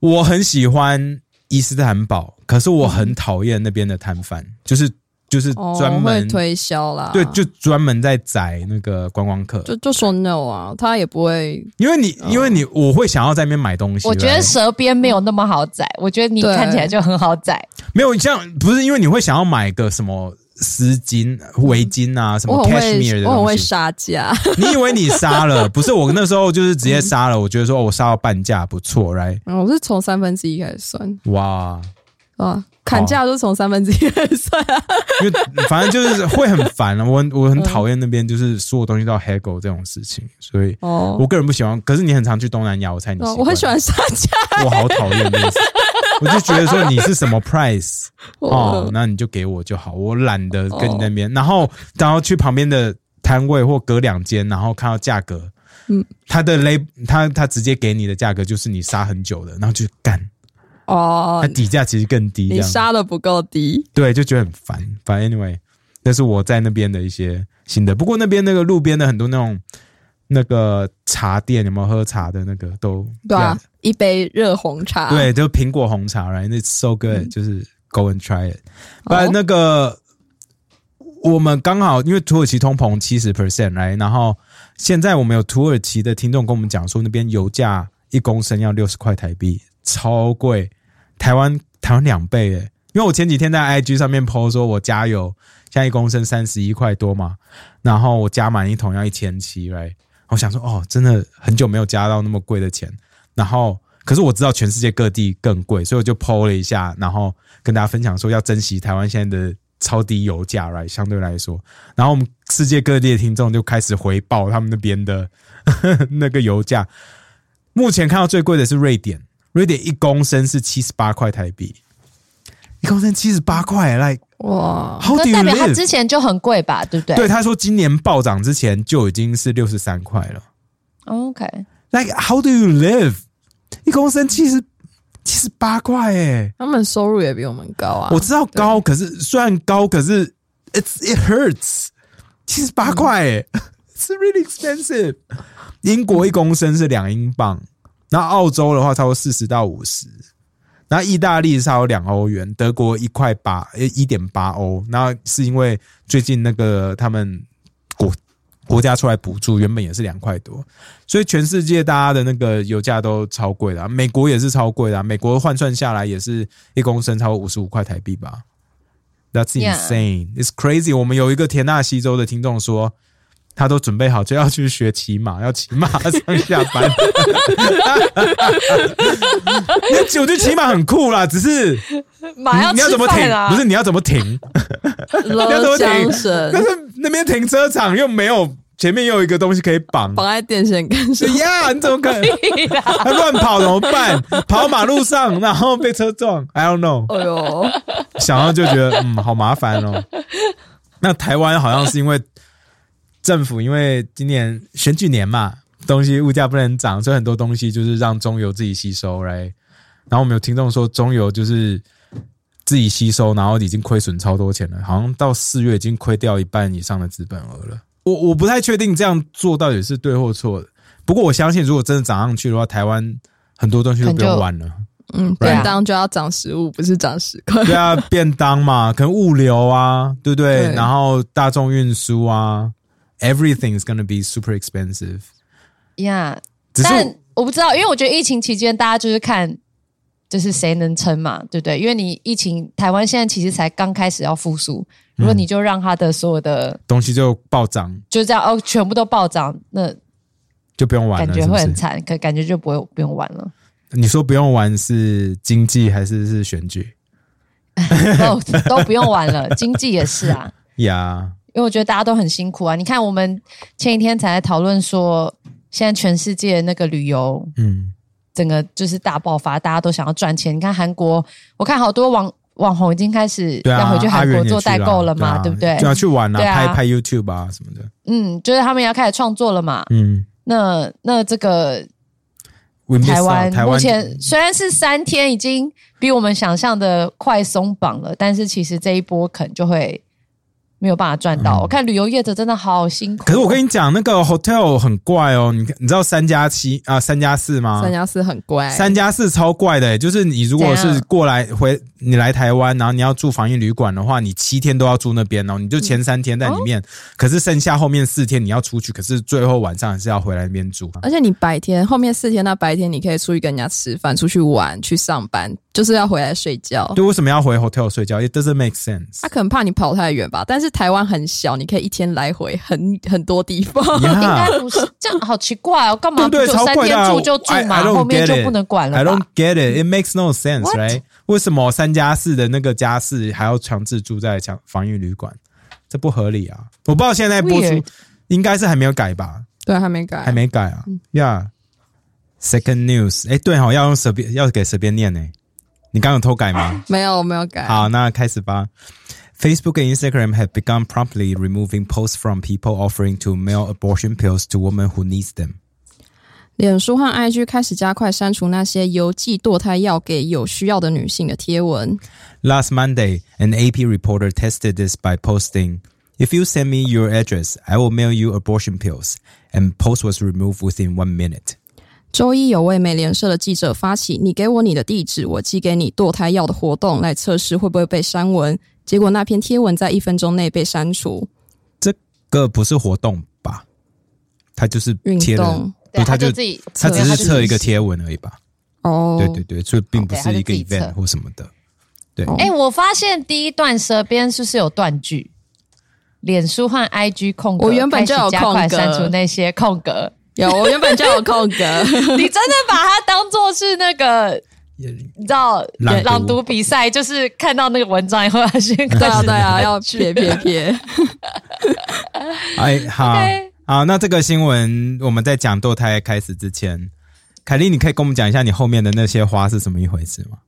S2: 我很喜欢伊斯坦堡，可是我很讨厌那边的摊贩，就是就是
S3: 哦，
S2: 专
S3: 会
S2: 门、
S3: 推啊销啦，
S2: 对，就专门在宰那个观光客，
S3: 就就说 no 啊，他也不会。
S2: 因为
S3: 哦
S2: 你因为你我会想要在那边买东西，
S1: 我觉得
S2: 对
S1: 蛇边没有那么好宰，我觉得你
S3: 对
S1: 看起来就很好宰。
S2: 没有像不是因为你会想要买个什么。丝巾、围巾啊，什么
S3: 我很
S2: cashmere
S3: 会，
S2: 的
S3: 我很
S2: 东
S3: 会
S2: 西，
S3: 杀 价，
S2: 你以为你杀了？不是，我那时候就是直接杀了。我觉得说，哦我杀到半价不错，right？
S3: 嗯我是从三分之一开始算
S2: 哇，
S3: 啊，砍
S2: 哦
S3: 价就是从三分之一开始算啊。
S2: 因为反正就是会很烦啊，我很我很讨厌那边就是所有东西都要 haggle 这种事情，所以
S3: 哦，
S2: 我个人不喜欢。可是你很常去东南亚，我猜你
S3: 哦
S2: 惯
S3: 我很喜，欢杀价。
S2: 我好讨厌这件事。我就觉得说你是什么 price 哦
S3: 哦，，
S2: 那你就给我就好，我懒得跟你那边。然后然后去旁边的摊位或隔两间，然后看到价格，嗯
S3: 嗯，
S2: 他的 lab 他他直接给你的价格就是你杀很久的，然后就干，
S3: 哦
S2: 他，底价其实更低，这
S3: 你
S2: 样。
S3: 杀的不够低。
S2: 对，就觉得很烦。反正 anyway，那是我在那边的一些心得。不过那边那个路边的很多那种那个茶店，有没有喝茶的那个都
S3: 对啊，一杯热红茶。
S2: 对，对，就苹果红茶，right？那 so good，、就是 go and try it。
S3: 好
S2: 但那个我们刚好因为土耳其通膨七十 percent，来，然后现在我们有土耳其的听众跟我们讲说，那边油价一公升要六十块台币，超贵，台湾台湾两倍诶。因为我前几天在 IG 上面 PO 说，我加油现在一公升三十一块多嘛，然后我加满一桶要一千七来，我想说哦，真的很久没有加到那么贵的钱，然后可是我知道全世界各地更贵，所以我就 PO 了一下，然后跟大家分享说要珍惜台湾现在的超低油价，right？相对来说，然后我们世界各地的听众就开始回报他们那边的 那个油价。目前看到最贵的是瑞典，瑞典一公升是七十八块台币，一公升七十八块，like
S3: 哇，
S2: how
S1: 可
S2: do
S1: 是
S2: you
S1: 哦代表它之
S2: live？
S1: 前就很贵吧，对不对？
S2: 对，他说今年暴涨之前就已经是六十三块了。
S1: 哦，OK，
S2: Like how do you live？一公升七十七十八块哎，
S3: 他们收入也比我们高啊。
S2: 我知道高，可是虽然高，可是 it's it hurts，七十八块哎 ，it's really expensive。英国一公升是两英镑，那澳洲的话超过四十到五十。然后意大利超过两欧元，德国一块八，呃一点八欧。然后是因为最近那个他们国国家出来补助，原本也是两块多，所以全世界大家的那个油价都超贵的啊、美国也是超贵的啊、美国换算下来也是一公升超过五十五块台币吧。That's
S1: Yeah.
S2: insane. It's crazy. 我们有一个田纳西州的听众说，他都准备好就要去学骑马，要骑马上下班。 我觉得骑马很酷啦，只是
S1: 马
S2: 你要怎么停？
S1: 啊
S2: 不是你要怎么停？要怎么
S3: 乐江
S2: 但
S3: 省
S2: 是那边停车场又没有前面又有一个东西可以绑。
S3: 绑在电线杆上
S2: 对，呀，你怎么可能？他乱跑怎么办？跑马路上然后被车撞？I don't know。
S3: 哎呦，
S2: 想到就觉得嗯，好麻烦哦。那台湾好像是因为政府因为今年选举年嘛，东西物价不能涨，所以很多东西就是让中油自己吸收来。然后我们有听众说，中油就是自己吸收，然后已经亏损超多钱了，好像到四月已经亏掉一半以上的资本额了。我我不太确定这样做到底是对或错的，不过我相信如果真的涨上去的话，台湾很多东西都不用玩了。
S3: 嗯，
S2: 对啊
S3: 便当就要涨食物，不是涨 十块。
S2: 对啊，便当嘛，可能物流啊，对不对？
S3: 对
S2: 然后大众运输啊，everything is gonna be super expensive。
S1: 呀
S2: 只是
S1: 但我不知道，因为我觉得疫情期间大家就是看，就是谁能撑嘛，对不对？因为你疫情，台湾现在其实才刚开始要复苏，如
S2: 嗯
S1: 果你就让它的所有的、
S2: 东西就暴涨，
S1: 就这样哦，全部都暴涨，那
S2: 就不用玩
S1: 感
S2: 了，
S1: 觉
S2: 是不
S1: 会很
S2: 是？
S1: 惨，可感觉就不会不用玩了。
S2: 你说不用玩是经济还是是选举
S1: 都哦都不用玩了，经济也是啊，
S2: 呀
S1: 因为我觉得大家都很辛苦啊。你看，我们前几天才在讨论说，现在全世界那个旅游
S2: 嗯，
S1: 整个就是大爆发，大家都想要赚钱。你看韩国，我看好多网网红已经开始
S2: 对啊，
S1: 要回去
S2: 阿
S1: 韩
S2: 元
S1: 国
S2: 也
S1: 做
S2: 去啦
S1: 代购了嘛，
S2: 啊
S1: 对不对
S2: 就？要去玩
S1: 对啊
S2: 拍拍 YouTube 啊什么的，
S1: 嗯，就是他们要开始创作了嘛。
S2: 嗯。
S1: 那那这个
S2: We miss
S1: 台
S2: out，
S1: 湾
S2: 啊台
S1: 目
S2: 湾
S1: 前虽然是三天，已经比我们想象的快松绑了，但是其实这一波可能就会没有办法赚到。我看旅游业者真的好辛苦哦、
S2: 嗯可是我跟你讲，那个 hotel 很怪哦，你你知道三加七啊，三加四吗？
S3: 三加四很乖，
S1: 哎
S2: 三加四超怪的、欸就是你如果
S1: 怎
S2: 是
S1: 样
S2: 过来回你来台湾，然后你要住防疫旅馆的话，你七天都要住那边哦，你就前三天在里
S1: 哦
S2: 面，可是剩下后面四天你要出去，可是最后晚上还是要回来那边住。
S1: 哦
S3: 而且你白天后面四天那白天，你可以出去跟人家吃饭、出去玩、去上班，就是要回来睡觉。
S2: 对，为什么要回 hotel 睡觉？It doesn't make sense
S1: 啊
S3: 他。可能怕你跑太远吧，但是台湾很小，你可以一天来回很很多地方。
S1: 应该
S2: Yeah,
S1: 不是这样，好奇怪哦！干嘛
S2: 对不对？
S1: 就
S2: 超
S1: 三
S2: 怪的
S1: 天
S2: 啊、
S1: 住就住
S2: I- I
S1: 嘛，
S2: don't
S1: 后面
S2: get
S1: 就
S2: it.
S1: 不能管
S2: I
S1: 了
S2: don't
S1: 吧？
S2: get it. It makes no sense,
S1: What？
S2: right？为什么三加四的那个加四还要强制住在强防疫旅馆？这不合理啊！我不知道现在播出
S1: Weird
S2: 应该是还没有改吧？
S3: 对，还没改，
S2: 还没改啊呀、yeah. Second news，哎、对哦，要用随便，要给随便念呢、你刚刚有偷改 吗？
S3: 没有没有改。
S2: 好，那开始吧。Facebook and Instagram have begun promptly removing posts from people offering to mail abortion pills to women who needs them.
S3: 脸书和 IG 开始加快删除那些邮寄堕胎药给有需要的女性的贴文。
S2: Last Monday, an AP reporter tested this by posting, If you send me your address, I will mail you abortion pills. And post was removed within one minute.
S3: 周一有位美联社的记者发起“你给我你的地址，我寄给你堕胎药”的活动，来测试会不会被删文。结果那篇贴文在一分钟内被删除。
S2: 这个不是活动吧？他就是
S3: 运
S2: 贴了
S3: 动
S1: 对，
S2: 不
S1: 他
S2: 他就
S1: 就自己
S2: 他
S1: 测
S2: 只是
S1: 他就
S2: 测
S1: 自
S2: 一个
S1: 己
S2: 贴文而已吧？
S3: 哦，
S2: 对对对，所以并不
S1: 对他
S2: 是
S1: 就
S2: 一个
S1: 自己测
S2: event 或什么的。
S1: 哎、我发现第一段舌边是不是有断句？脸书和 IG 空格，
S3: 我原本就有
S1: 开始加快
S3: 空格
S1: 删除那些空格。
S3: 有，我原本就有空格。
S1: 你真的把它当做是那个你知道
S4: 朗读
S1: 朗读比赛，就是看到那个文章以后，先
S3: 对
S1: 开
S3: 啊
S1: 始
S3: 对啊，要撇撇撇。
S2: 哎，好
S1: OK
S2: 好，那这个新闻我们在讲堕胎开始之前，凯莉，你可以跟我们讲一下你后面的那些花是怎么一回事吗？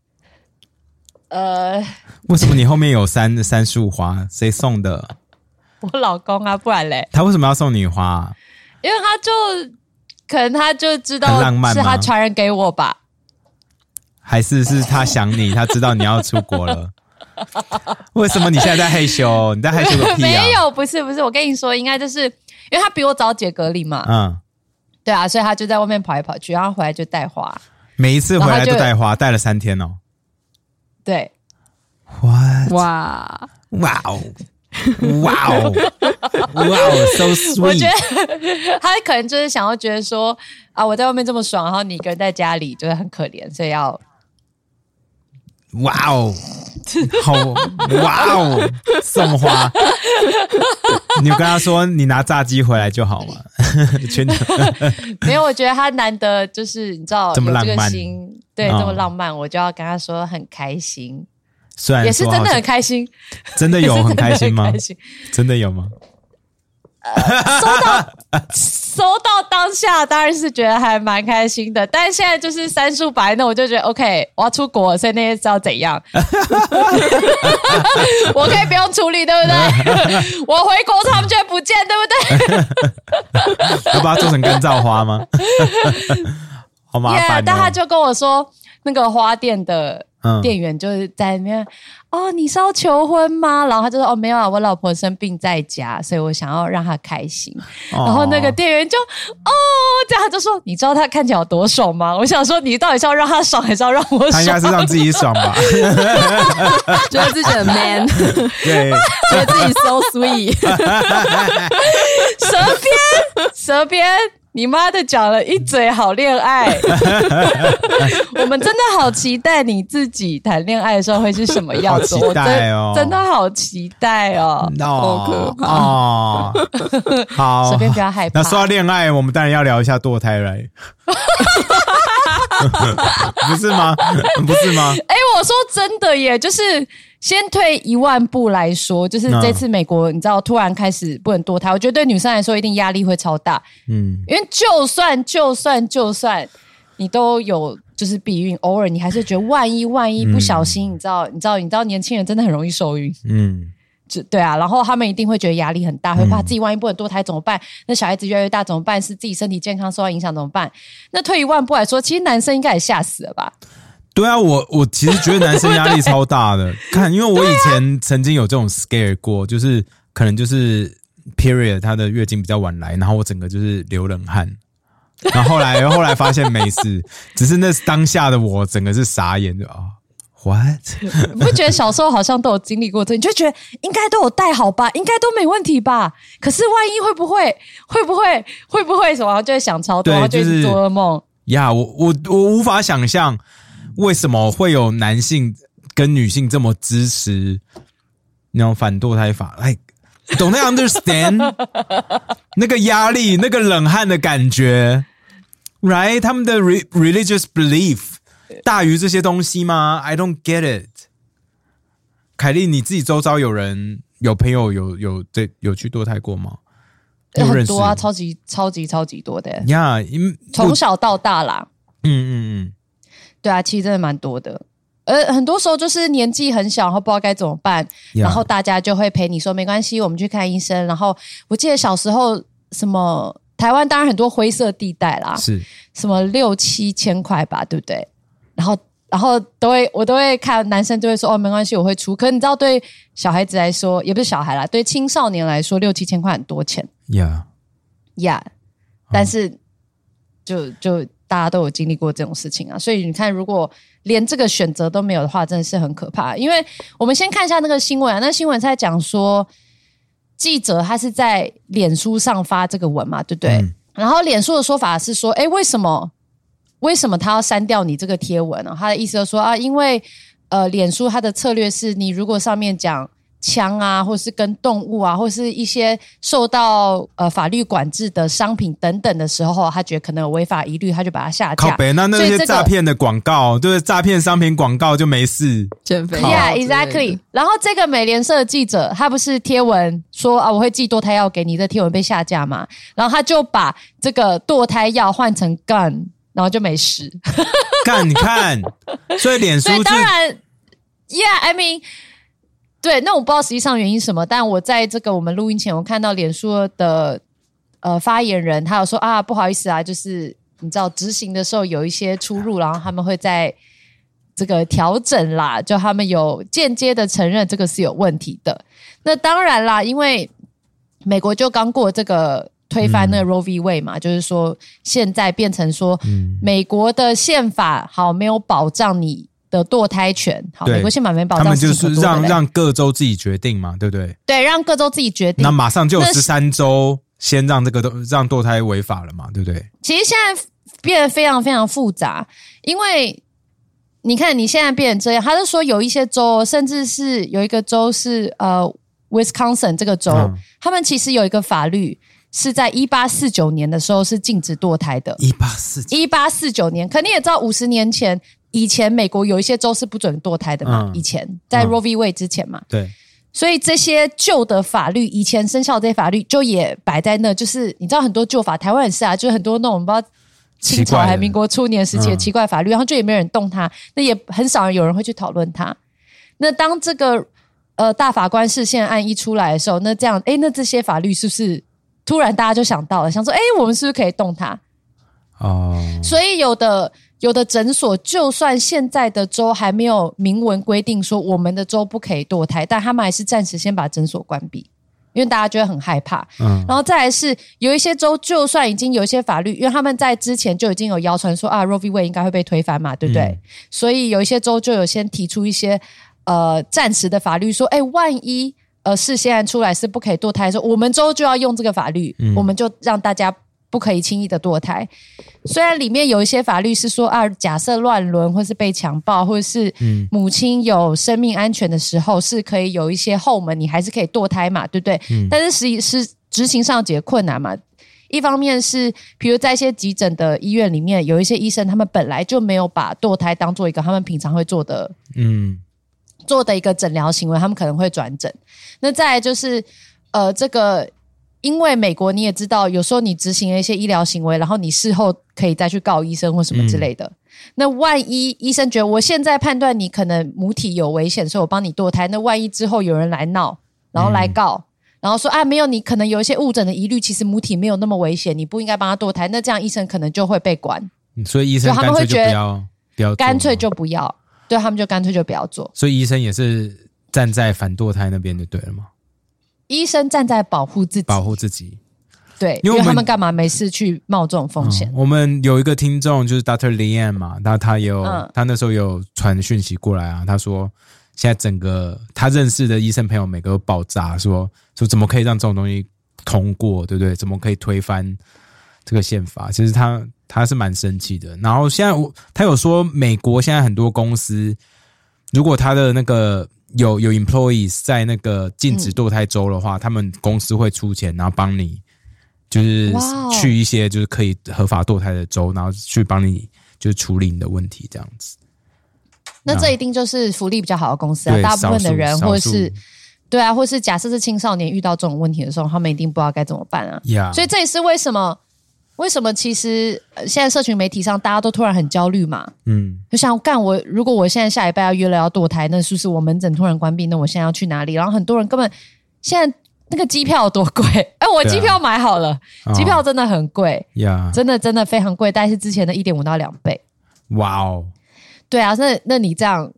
S1: 呃，
S2: 为什么你后面有三三束花？谁送的？
S1: 我老公啊，不然嘞，
S2: 他为什么要送你花啊、
S1: 因为他就可能他就知道
S2: 很浪漫吗
S1: 是他传染给我吧。
S2: 还是是他想你，他知道你要出国了？为什么你现在在害羞？你在害羞个屁啊！
S1: 没，有，不是不是，我跟你说，应该就是因为他比我早解隔离嘛，
S2: 嗯，
S1: 对啊，所以他就在外面跑来跑去，然后回来就带花，
S2: 每一次回来
S1: 然后
S2: 都
S1: 就
S2: 带花，带了三天哦。
S1: 对，
S2: 哇
S3: 哇，
S2: 哇哦！哇哦！哇哦！So
S1: 我觉
S2: sweet！
S1: 得 他可能就是想要觉得说啊，我在外面这么爽，然后你一个人在家里就是很可怜，所以要
S2: 哇哦！好哇哦！送花，你有跟他说你拿炸鸡回来就好嘛？ 全
S1: 没有，我觉得他难得就是你知道
S2: 这么
S1: 有这
S2: 浪
S1: 个
S2: 漫
S1: 心，对，
S2: 哦
S1: 这么浪漫，我就要跟他说很开心，
S2: 虽然
S1: 也是
S2: 说
S1: 真
S2: 哎好
S1: 的
S2: 像
S1: 很开心，
S2: 真的
S1: 也
S2: 有
S1: 是
S2: 很
S1: 真的
S2: 开心吗
S1: 很开？心
S2: 真的有吗？
S1: 收到当下当然是觉得还蛮开心的，但是现在就是三数白呢，我就觉得 OK，我要出国，所以那些知道怎样， 我可以不用处理，对不对？ 我回国他们就会不见，对不对？
S2: 要把它做成干燥 花吗？ 好麻烦、哦。
S1: 但他就跟我说，那个花店的
S2: 嗯
S1: 店员就是在里面，哦，你是要求婚吗？然后他就说，哦，没有啊，我老婆生病在家，所以我想要让她开心。
S2: 哦
S1: 然后那个店员就哦，这样他就说，你知道他看起来有多爽吗？我想说，你到底是要让他爽，还是要让我
S2: 他应该是
S1: 爽？
S2: 让自己 爽吧？
S3: 觉得自己 很 man，觉
S2: 对，
S3: 得自己 so sweet，
S1: 舌边，舌边。你妈的讲了一嘴好恋 爱，我们真的好期待你自己谈恋爱的时候会是什么样子，
S2: 好期待哦
S1: 我真真的好期待哦。
S2: 哦哦，好
S1: 随。便不要害怕
S2: 哦那，说到恋爱，我们当然要聊一下堕胎了， 不是吗？不是吗？
S1: 哎、我说真的耶，就是先退一万步来说，就是
S2: 嗯
S1: 这次美国，你知道突然开始不能堕胎，我觉得对女生来说一定压力会超大，
S2: 嗯，
S1: 因为就算就算就算你都有就是避孕，偶尔你还是觉得万一万一不小心，你知道，你知道，你知道，年轻人真的很容易受孕，
S2: 嗯，
S1: 就对啊，然后他们一定会觉得压力很大，会怕自己万一不能堕胎哎怎么办？那小孩子越来越大怎么办？是自己身体健康受到影响怎么办？那退一万步来说，其实男生应该也吓死了吧？
S2: 对啊，我我其实觉得男生压力超大 的。看，因为
S1: 啊
S2: 我以前曾经有这种 scare 过，就是可能就是 period 她的月经比较晚来，然后我整个就是流冷汗。然后后来后来发现没事，只是那当下的我整个是傻眼的啊、what？
S1: 你不觉得小时候好像都有经历过这？你 就觉得应该都有带好吧，应该都没问题吧？可是万一会不会会不会会不会什么，然后就会想超多，
S2: 对
S1: 然后就一
S2: 就是
S1: 直做噩梦。
S2: 呀、我我我无法想象为什么会有男性跟女性这么支持那种反堕胎法，like don't I understand 那个压力、那个冷汗的感觉，right？他们的 re religious belief 大于这些东西吗？I don't get it。凯莉，你自己周遭有人有朋友有有这有去堕胎过吗？有认
S1: 很
S2: 识
S1: 多啊，超级超级超级多的，
S2: 呀，因为
S1: 从小到大啦，
S2: 嗯嗯嗯，
S1: 对啊，其实真的蛮多的。呃，很多时候就是年纪很小，然后不知道该怎么办，
S2: 呀
S1: 然后大家就会陪你说没关系，我们去看医生。然后我记得小时候什么台湾当然很多灰色地带啦，
S2: 是
S1: 什么六七千块吧，对不对？然后然后都会我都会看男生就会说哦没关系我会出，可是你知道对小孩子来说也不是小孩啦，对青少年来说六七千块很多钱
S2: 呀。
S1: 呀但是、就就大家都有经历过这种事情啊，所以你看如果连这个选择都没有的话，真的是很可怕。因为我们先看一下那个新闻啊，那新闻在讲说记者他是在脸书上发这个文嘛，对不对？
S2: 嗯
S1: 然后脸书的说法是说，哎，为什么为什么他要删掉你这个啊贴文呢、他的意思就是说啊，因为呃，脸书它的策略是你如果上面讲枪啊，或是跟动物啊，或是一些受到呃法律管制的商品等等的时候，他觉得可能有违法疑虑，他就把它下
S2: 靠
S1: 架。
S2: 北，那那
S1: 所以
S2: 些
S1: 这个
S2: 诈骗的广告，就是诈骗商品广告就 没事。
S3: 减肥药之
S1: Yeah,
S3: 类的
S1: exactly。然后这个美联社的记者，他不是贴文说啊，我会寄堕胎药给你，这贴文被下架嘛？然后他就把这个堕胎药换成 gun，然后就没 事。
S2: 干，你看，所以脸书
S1: 所以
S2: 是
S1: 当然，Yeah，I mean，对，那我不知道实际上原因是什么，但我在这个我们录音前，我看到脸书的呃发言人，他有说啊，不好意思啊，就是你知道执行的时候有一些出入，然后他们会在。这个调整啦，就他们有间接的承认这个是有问题的。那当然啦，因为美国就刚过这个推翻
S2: 嗯
S1: 那个 Roe v. Wade 嘛，就是说现在变成说，美国的宪法好没有保障你的堕胎权，好，
S2: 对
S1: 美国宪法没保
S2: 他
S1: 障
S2: 们
S1: 自
S2: 就
S1: 己的
S2: 是
S1: 堕胎
S2: 让让各州自己决定嘛，对不对？
S1: 对让各州自己决定
S2: 那。马上就有
S1: 那是
S2: 十三州先让这个都让堕胎违法了嘛，对不对？
S1: 其实现在变得非常非常复杂，因为你看你现在变成这样，他就说有一些州，甚至是有一个州是呃 Wisconsin 这个州，
S2: 嗯
S1: 他们其实有一个法律是在一八四九年的时候是禁止堕胎的。
S2: 一八四，
S1: 一八四九年，可你也知道，五十年前以前美国有一些州是不准堕胎的嘛，
S2: 嗯
S1: 以前在
S2: 嗯
S1: Roe v. Wade 之前嘛，
S2: 对，
S1: 所以这些旧的法律，以前生效的这些法律就也摆在那，就是你知道很多旧法，台湾也是啊，就是很多那种不知道清
S2: 奇
S1: 朝
S2: 怪
S1: 还
S2: 的嗯
S1: 民国初年时期的奇怪法律，然后就也没有人动它，那也很少人有人会去讨论它。那当这个呃大法官释宪案一出来的时候，那这样诶，那这些法律是不是突然大家就想到了，想说诶，我们是不是可以动它？
S2: 哦，
S1: 所以有的有的诊所，就算现在的州还没有明文规定说我们的州不可以堕胎，但他们还是暂时先把诊所关闭，因为大家觉得很害怕。
S2: 嗯，
S1: 然后再来是有一些州，就算已经有一些法律，因为他们在之前就已经有谣传说啊，Roe v. Wade 应该会被推翻嘛，对不对？
S2: 嗯
S1: 所以有一些州就有先提出一些呃暂时的法律，说，哎，万一呃是现在出来是不可以堕胎，说我们州就要用这个法律，我们就让大家不可以轻易的堕胎。虽然里面有一些法律是说啊，假设乱伦或是被强暴，或者是母亲有生命安全的时候，是可以有一些后门，你还是可以堕胎嘛，对不对？但是实际是执行上有几个困难嘛。一方面是，比如在一些急诊的医院里面，有一些医生他们本来就没有把堕胎当做一个他们平常会做的
S2: 嗯，
S1: 做的一个诊疗行为，他们可能会转诊。那再来就是，呃，这个因为美国你也知道，有时候你执行了一些医疗行为，然后你事后可以再去告医生或什么之类的。那万一医生觉得我现在判断你可能母体有危险，所以我帮你堕胎。那万一之后有人来闹，然后来告。然后说啊，没有，你可能有一些误诊的疑虑，其实母体没有那么危险，你不应该帮他堕胎。那这样医生可能就会被管，
S2: 所以医
S1: 所以
S2: 生
S1: 他
S2: 干
S1: 们会
S2: 脆就
S1: 觉得
S2: 不要不要做，
S1: 干脆就不要。对他们就干脆就不要做。
S2: 所以医生也是站在反堕胎那边就对了嘛，
S1: 医生站在保护自己，
S2: 保护自己。
S1: 对，
S2: 因
S1: 因为
S2: 为我们
S1: 他们干嘛没事去冒这种风险？
S2: 嗯我们有一个听众就是 Dr. Lian 嘛，那他也有、
S1: 嗯
S2: 他那时候有传讯息过来啊，他说现在整个他认识的医生朋友每个都爆炸，说说怎么可以让这种东西通过，对不对？怎么可以推翻这个宪法？其实他他是蛮生气的。然后现在我他有说，美国现在很多公司如果他的那个有有 employees 在那个禁止堕胎州的
S1: 嗯
S2: 话，他们公司会出钱，然后帮你就是
S1: 哇哦
S2: 去一些就是可以合法堕胎的州，然后去帮你就是处理你的问题这样子。
S1: 那
S2: 那
S1: 这一定就是福利比较好的公司啊
S2: 嗯对，，
S1: 大部分的人
S2: 少数
S1: 或
S2: 少数
S1: 是对啊，或是假设是青少年遇到这种问题的时候，他们一定不知道该怎么办啊。
S2: 呀，
S1: 所以这也是为什么为什么其实呃现在社群媒体上大家都突然很焦虑嘛，
S2: 嗯，
S1: 就想干我，如果我现在下礼拜要约了要堕胎，那是不是我门诊突然关闭？那我现在要去哪里？然后很多人根本现在那个机票有多贵？ 哎、我
S2: 对啊
S1: 机票买好了，
S2: 哦
S1: 机票真的很贵，
S2: 呀，
S1: 真的真的非常贵，大概是之前的一点五到两倍。
S2: 哇哦，
S1: 对啊，那那你这样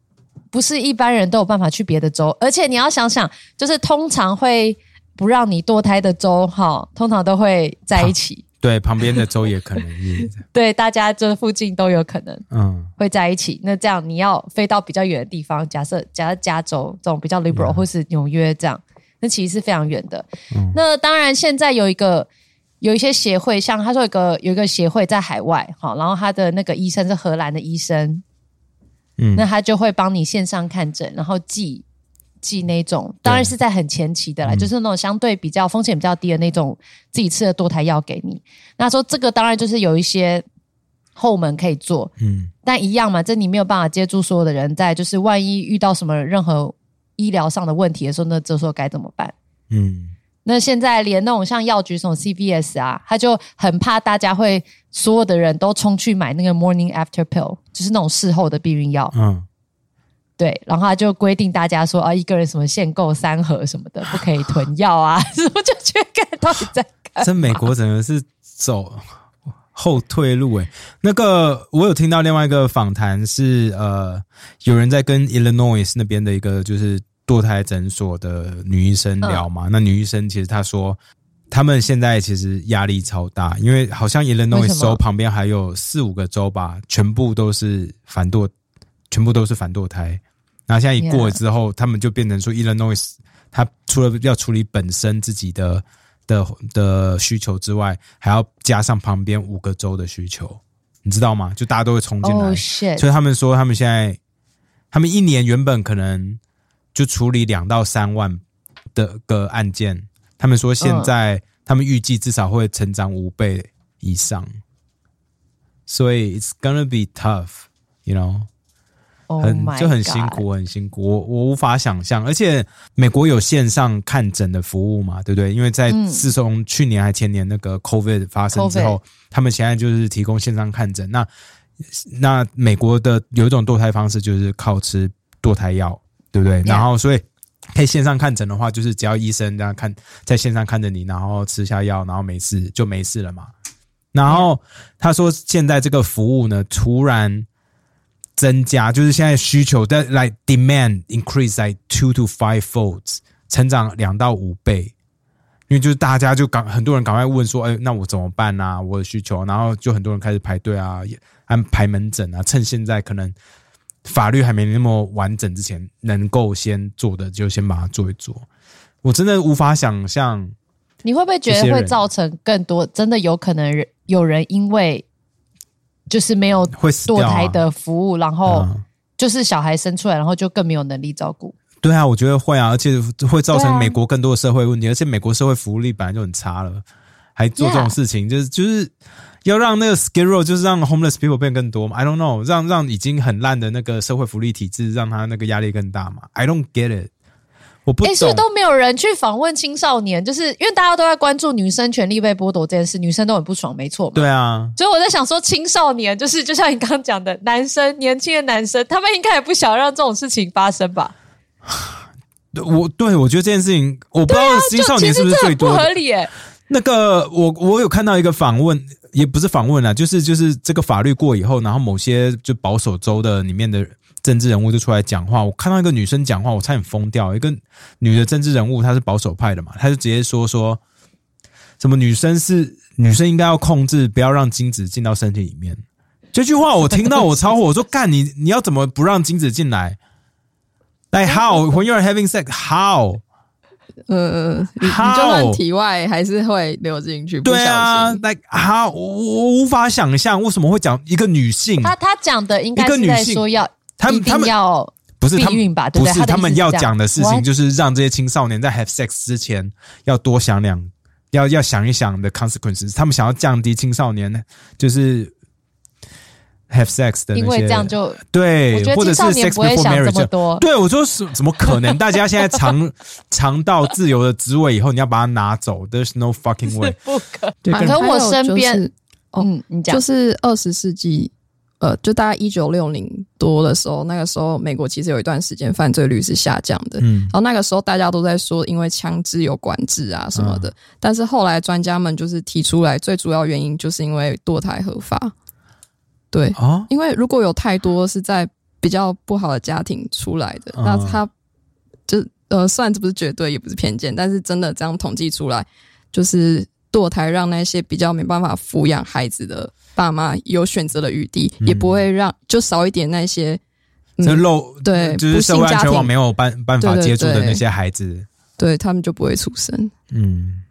S1: 不是一般人都有办法去别的州，而且你要想想，就是通常会不让你堕胎的州，哈，通常都会在一起，
S2: 对，旁边的州也可能是，
S1: 对，大家这附近都有可能
S2: 嗯，
S1: 会在一起。那这样你要飞到比较远的地方，假设假设加州这种比较 liberal、或是纽约这样，那其实是非常远的。那当然，现在有一个有一些协会，像他说有一个有一个协会在海外，好，然后他的那个医生是荷兰的医生，
S2: 嗯
S1: 那他就会帮你线上看诊，然后寄剂那种，当然是在很前期的啦，就是那种相对比较风险比较低的那种自己吃的堕胎药给你。那说这个当然就是有一些后门可以做，
S2: 嗯，
S1: 但一样嘛，这你没有办法接住所有的人在，就是万一遇到什么任何医疗上的问题的时候，那这时候该怎么办？
S2: 嗯，
S1: 那现在连那种像药局什么 CVS 啊，他就很怕大家会所有的人都冲去买那个 morning after pill，就是那种事后的避孕药。
S2: 嗯，
S1: 对，然后他就规定大家说啊，一个人什么限购三盒什么的，不可以囤药啊， 什么就觉得干到底在干。
S2: 这美国整个是走后退路诶、那个我有听到另外一个访谈是呃，有人在跟 Illinois 那边的一个就是堕胎诊所的女医生聊
S1: 嗯
S2: 嘛。那女医生其实她说，他们现在其实压力超大，因为好像
S1: 为
S2: Illinois
S1: 什么
S2: 州旁边还有四五个州吧，全部都是反堕，全部都是反堕胎。那现在一过了
S1: Yeah
S2: 之后他们就变成说 Illinois 他除了要处理本身自己的的的需求之外，还要加上旁边五个州的需求，你知道吗？就大家都会冲进来
S1: Oh shit！
S2: 所以他们说他们现在，他们一年原本可能就处理两到三万的个案件，他们说现在、他们预计至少会成长五倍以上，所以 it's gonna be tough，you know。
S1: Oh
S2: 很
S1: my
S2: 就很辛
S1: God。
S2: 苦，很辛苦，我我无法想象。而且美国有线上看诊的服务嘛，对不对？因为在
S1: 嗯
S2: 自从去年还前年那个 COVID 发生之后，他们现在就是提供线上看诊。那那美国的有一种堕胎方式就是靠吃堕胎药，对不对？
S1: Yeah
S2: 然后所以。可以线上看诊的话，就是只要医生这样看，在线上看着你，然后吃下药，然后没事就没事了嘛。然后他说，现在这个服务呢，突然增加，就是现在需求但 like demand increase like two to five folds，成长两到五倍。因为就是大家就赶很多人赶快问说，哎，那我怎么办啊？我有需求，然后就很多人开始排队啊，也安排门诊啊，趁现在可能法律还没那么完整之前，能够先做的就先把它做一做。我真的无法想象，
S1: 你会不会觉
S2: 这些
S1: 得会
S2: 人
S1: 造成更多？真的有可能人有人因为就是没有
S2: 会死掉
S1: 堕
S2: 啊
S1: 胎的服务，然后
S2: 嗯
S1: 就是小孩生出来，然后就更没有能力照顾。
S2: 对啊，我觉得会啊，而且会造
S1: 对
S2: 成
S1: 啊
S2: 美国更多的社会问题，而且美国社会福利本来就很差了，还做这种事情就是就是要让那个 skid row，就是让 homeless people 变更多嘛，I don't know，让让已经很烂的那个社会福利体制，让他那个压力更大嘛，I don't get it，我不
S1: 哎、所以
S2: 懂，
S1: 都没有人去访问青少年，就是因为大家都在关注女生权利被剥夺这件事，女生都很不爽，没错嘛。
S2: 对啊，
S1: 所以我在想说，青少年就是就像你刚刚讲的，男生年轻的男生，他们应该也不想让这种事情发生吧？
S2: 我对我觉得这件事情，我不知道青少年是不是
S1: 啊就其
S2: 最
S1: 实这
S2: 多
S1: 很
S2: 的
S1: 不合理耶、
S2: 那个我我有看到一个访问，也不是访问啦，啊就是就是这个法律过以后，然后某些就保守州的里面的政治人物就出来讲话。我看到一个女生讲话，我差点疯掉。一个女的政治人物，她是保守派的嘛，她就直接说说什么女生是女生应该要控制，不要让精子进到身体里面。这句话我听到我超火，我说干你你要怎么不让精子进来？Like how when you are having sex how
S3: 呃，你你就
S2: How？
S3: 算体外还是会流进去，不
S2: 对啊
S3: 小心。
S2: ，like 哈，我我无法想象为什么会讲一个女性，
S1: 他他讲的应该
S2: 嗯一个
S1: 是
S2: 女
S1: 在
S2: 性
S1: 说要
S2: 他
S1: 一
S2: 们他
S1: 定
S2: 们
S1: 要
S2: 不是他
S1: 避
S2: 们
S1: 孕吧对
S2: 不
S1: 不对
S2: 是
S1: 他的意思
S2: 他们
S1: 是
S2: 要
S1: 这样
S2: 讲的事
S1: What？
S2: 情，就是让这些青少年在 have sex 之前要多想两，要要想一想的 consequences，他们想要降低青少年就是 have sex 的那些，
S1: 因为这样就我
S2: 对
S1: 觉，得
S2: 或者
S1: 青少
S2: 是
S1: 年
S2: sex
S1: 不会
S2: before
S1: 想这
S2: marriage 啊
S1: 么多
S2: 对，我说是怎么可能？大家现在 尝尝到自由的滋味以后，你要把它拿走，there's no fucking way。
S1: 不可。
S2: 对
S3: 反
S1: 啊可
S3: 正
S1: 我
S3: 还有
S1: 身
S3: 就是
S1: 边嗯，你讲、
S3: 哦就是二十世纪，呃，就大概一九六零多的时候，那个时候美国其实有一段时间犯罪率是下降的。
S2: 嗯
S3: 然后那个时候大家都在说，因为枪支有管制啊什么的，但是后来专家们就是提出来，最主要原因就是因为堕胎合法。对，
S2: 啊，
S3: 因为如果有太多是在比较不好的家庭出来的，
S2: 嗯
S3: 那他就呃，虽然这不是绝对，也不是偏见，但是真的这样统计出来，就是堕胎让那些比较没办法抚养孩子的爸妈有选择的余地，
S2: 嗯
S3: 也不会让就少一点那些。嗯
S2: 这漏
S3: 对
S2: 就是
S3: 不
S2: 社
S3: 幸
S2: 会安
S3: 家
S2: 全网
S3: 庭
S2: 没有办办法
S3: 对对
S2: 接触的
S3: 对
S2: 那些孩子，
S3: 对他们就不会出生，
S2: 嗯，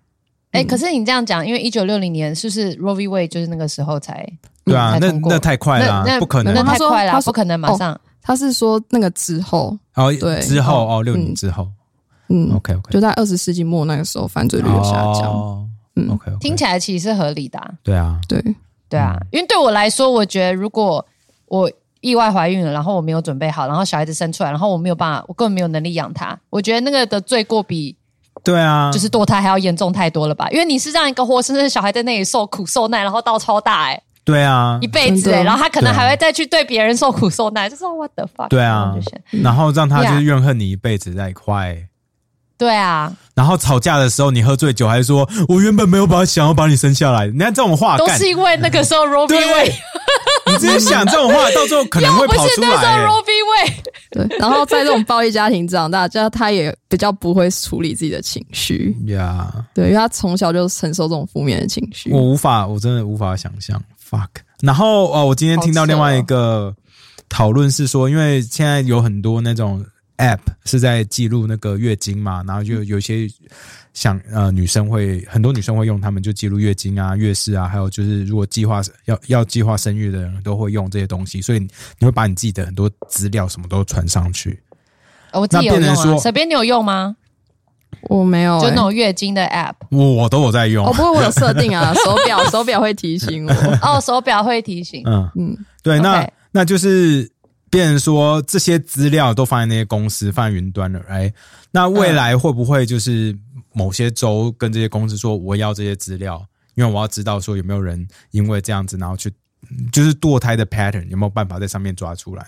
S1: 哎、可是你这样讲，因为一九六零年是不是 Roe v. Wade 就是那个时候才嗯
S2: 对啊
S3: 嗯
S1: 才，
S2: 那
S1: 通过
S2: 那太快了啊
S1: 那，那
S2: 不可
S1: 那
S2: 能
S3: 他
S1: 太
S3: 说
S1: 快了，啊
S3: 他说哦
S1: 不可能马上。
S3: 他是说那个之后，
S2: 然后
S3: 对
S2: 之后
S3: 哦
S2: 哦，六年
S3: 嗯
S2: 之后
S3: 嗯，
S2: ，OK OK，
S3: 就在二十世纪末那个时候，犯罪率有下降。
S2: 哦
S3: 嗯
S2: ，OK，
S1: 听起来其实是合理的、啊，
S2: 对啊，
S3: 对，
S1: 对啊，
S2: 嗯
S1: 因为对我来说，我觉得如果我意外怀孕了，然后我没有准备好，然后小孩子生出来，然后我没有办法，我根本没有能力养他，我觉得那个的罪过比
S2: 对啊，
S1: 就是堕胎还要严重太多了吧？
S2: 嗯
S1: 因为你是让一个活生生的小孩在那里受苦受难，然后到超大哎、
S2: 对啊
S1: 一，辈子
S3: 真
S1: 哎、
S3: 的
S1: 然后他可能
S2: 对啊
S1: 还会再去对别人受苦受难，就是 what the fuck？
S2: 对啊
S1: 就先
S3: 嗯
S2: 然后让他就
S1: Yeah
S2: 是怨恨你一辈子在一块。
S1: 对啊，
S2: 然后吵架的时候，你喝醉酒还说：“我原本没有把想要把你生下来。”你看这种话，
S1: 都
S2: 啊干
S1: 是因为那个时候 Robbie
S2: 对
S1: Way，
S2: 你直接想这种话，到最后可能
S1: 要
S2: 会
S1: 不
S2: 跑
S1: 是
S2: 出
S1: 那时
S2: 来、
S1: 候
S2: 欸。
S1: Robbie Way，
S3: 对，然后在这种暴力家庭长大，就他也比较不会处理自己的情绪，
S2: 呀
S3: 对，因为他从小就承受这种负面的情绪
S2: 我。无法，我真的无法想象。Fuck。然后哦，我今天听到
S1: 好扯
S2: 另外一
S1: 哦
S2: 个讨论是说，因为现在有很多那种 App 是在记录那个月经嘛，然后就有一些想呃女生会很多女生会用，她们就记录月经啊、月事啊，还有就是如果计划要要计划生育的人都会用这些东西，所以你你会把你自己的很多资料什么都传上去。
S1: 我自己有
S2: 那变
S1: 用
S2: 成说哦哎
S1: 啊，小编你有用吗？
S3: 我没有、
S1: 就那
S3: 欸，
S1: 种月经的 app。
S2: 我我都有在用，
S3: 哦，不过我有设定啊，手 表手表会提醒我。
S1: 哦，手表会提醒。
S2: 嗯嗯
S3: 嗯，
S2: 对，那
S1: OK
S2: 那就是变成说这些资料都放在那些公司，放在云端了，哎，那未来会不会就是某些州跟这些公司说我要这些资料，因为我要知道说有没有人因为这样子，然后去就是堕胎的 pattern 有没有办法在上面抓出来？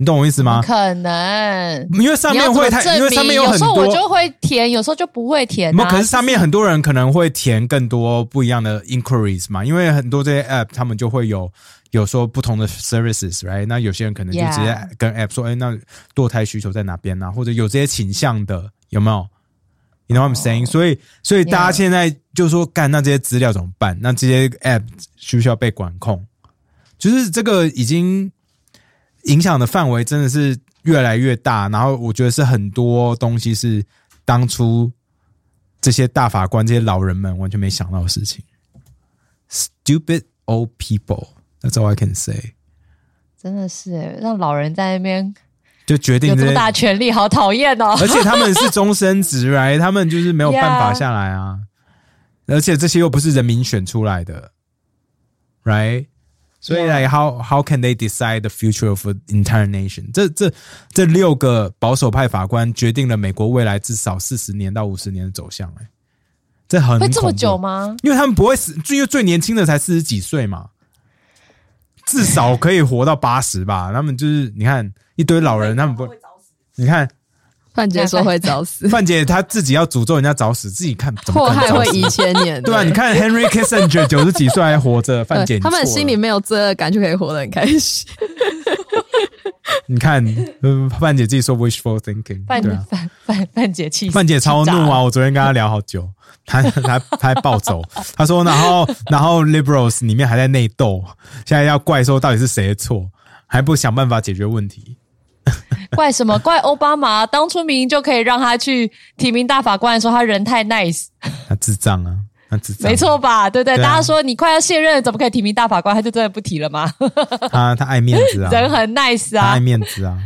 S2: 你懂我意思吗
S1: 不？可能。
S2: 因为上
S1: 你要
S2: 面
S1: 怎么
S2: 会太，因
S1: 证
S2: 为
S1: 明？
S2: 上面
S1: 有
S2: 很
S1: 时候
S2: 多
S1: 我，就会填，有时候就不会填、
S2: 没
S1: 啊。
S2: 有，可是上面很多人可能会填更多不一样的 inquiries 嘛，因为很多这些 app 他们就会有有说不同的 services，right？那有些人可能就
S1: Yeah
S2: 直接跟 app 说，哎、那堕胎需求在哪边呢、啊或者有这些倾向的有没有？You know what I'm saying？、所以，所以大家
S1: 哦 Yeah
S2: 现在就说，干那这些资料怎么办？那这些 app 需不需要被管控？就是这个已经影响的范围真的是越来越大，然后我觉得是很多东西是当初这些大法官、这些老人们完全没想到的事情。Stupid old people, that's all I can say。
S1: 真的是欸让老人在那边
S2: 就决定
S1: 有这
S2: 这
S1: 么
S2: 些，
S1: 大权力，好讨厌哦。
S2: 而且他们是终身职来，他们就是没有办法
S1: Yeah
S2: 下来啊。而且这些又不是人民选出来的，right？所以
S1: Yeah
S2: like how how can they decide the future of an entire nation？这这这六个保守派法官决定了美国未来至少四十年到五十年的走向、哎，这很
S1: 会这么
S2: 恐怖
S1: 久吗？
S2: 因为他们不会死，最因为最年轻的才四十几岁嘛，至少可以活到八十吧。他们就是你看一堆老人，他们不会，你看
S3: 范杰说会早 死，
S2: 范姐她自己要诅咒人家早死，自己看怎
S3: 祸
S2: 么可能
S3: 害
S2: 早
S3: 会
S2: 死
S3: 一千年。
S2: 对啊，你看 Henry Kissinger 九十几岁还活着，范姐
S3: 对，
S2: 你
S3: 他们
S2: 错了
S3: 心里没有罪恶感，就可以活得很开心。
S2: 你看，嗯，范姐自己说 wishful thinking，
S1: 范
S2: 对啊，
S1: 范 范范姐气死，
S2: 范姐超怒啊！我昨天跟她聊好久，她她她还暴 走，她说，然后然后 liberals 里面还在内斗，现在要怪说到底是谁的错，还不想办法解决问题。
S1: 怪什么？怪奥巴马当初明明就可以让他去提名大法官的时候，他人太 nice，
S2: 他智障啊，他智障，
S1: 没错，吧？对不对？
S2: 对啊
S1: 大家说你快要卸任了，怎么可以提名大法官？他就真的不提了吗？
S2: 他他爱面子啊，
S1: 人很 nice
S2: 他
S1: 啊
S2: 爱，面子啊，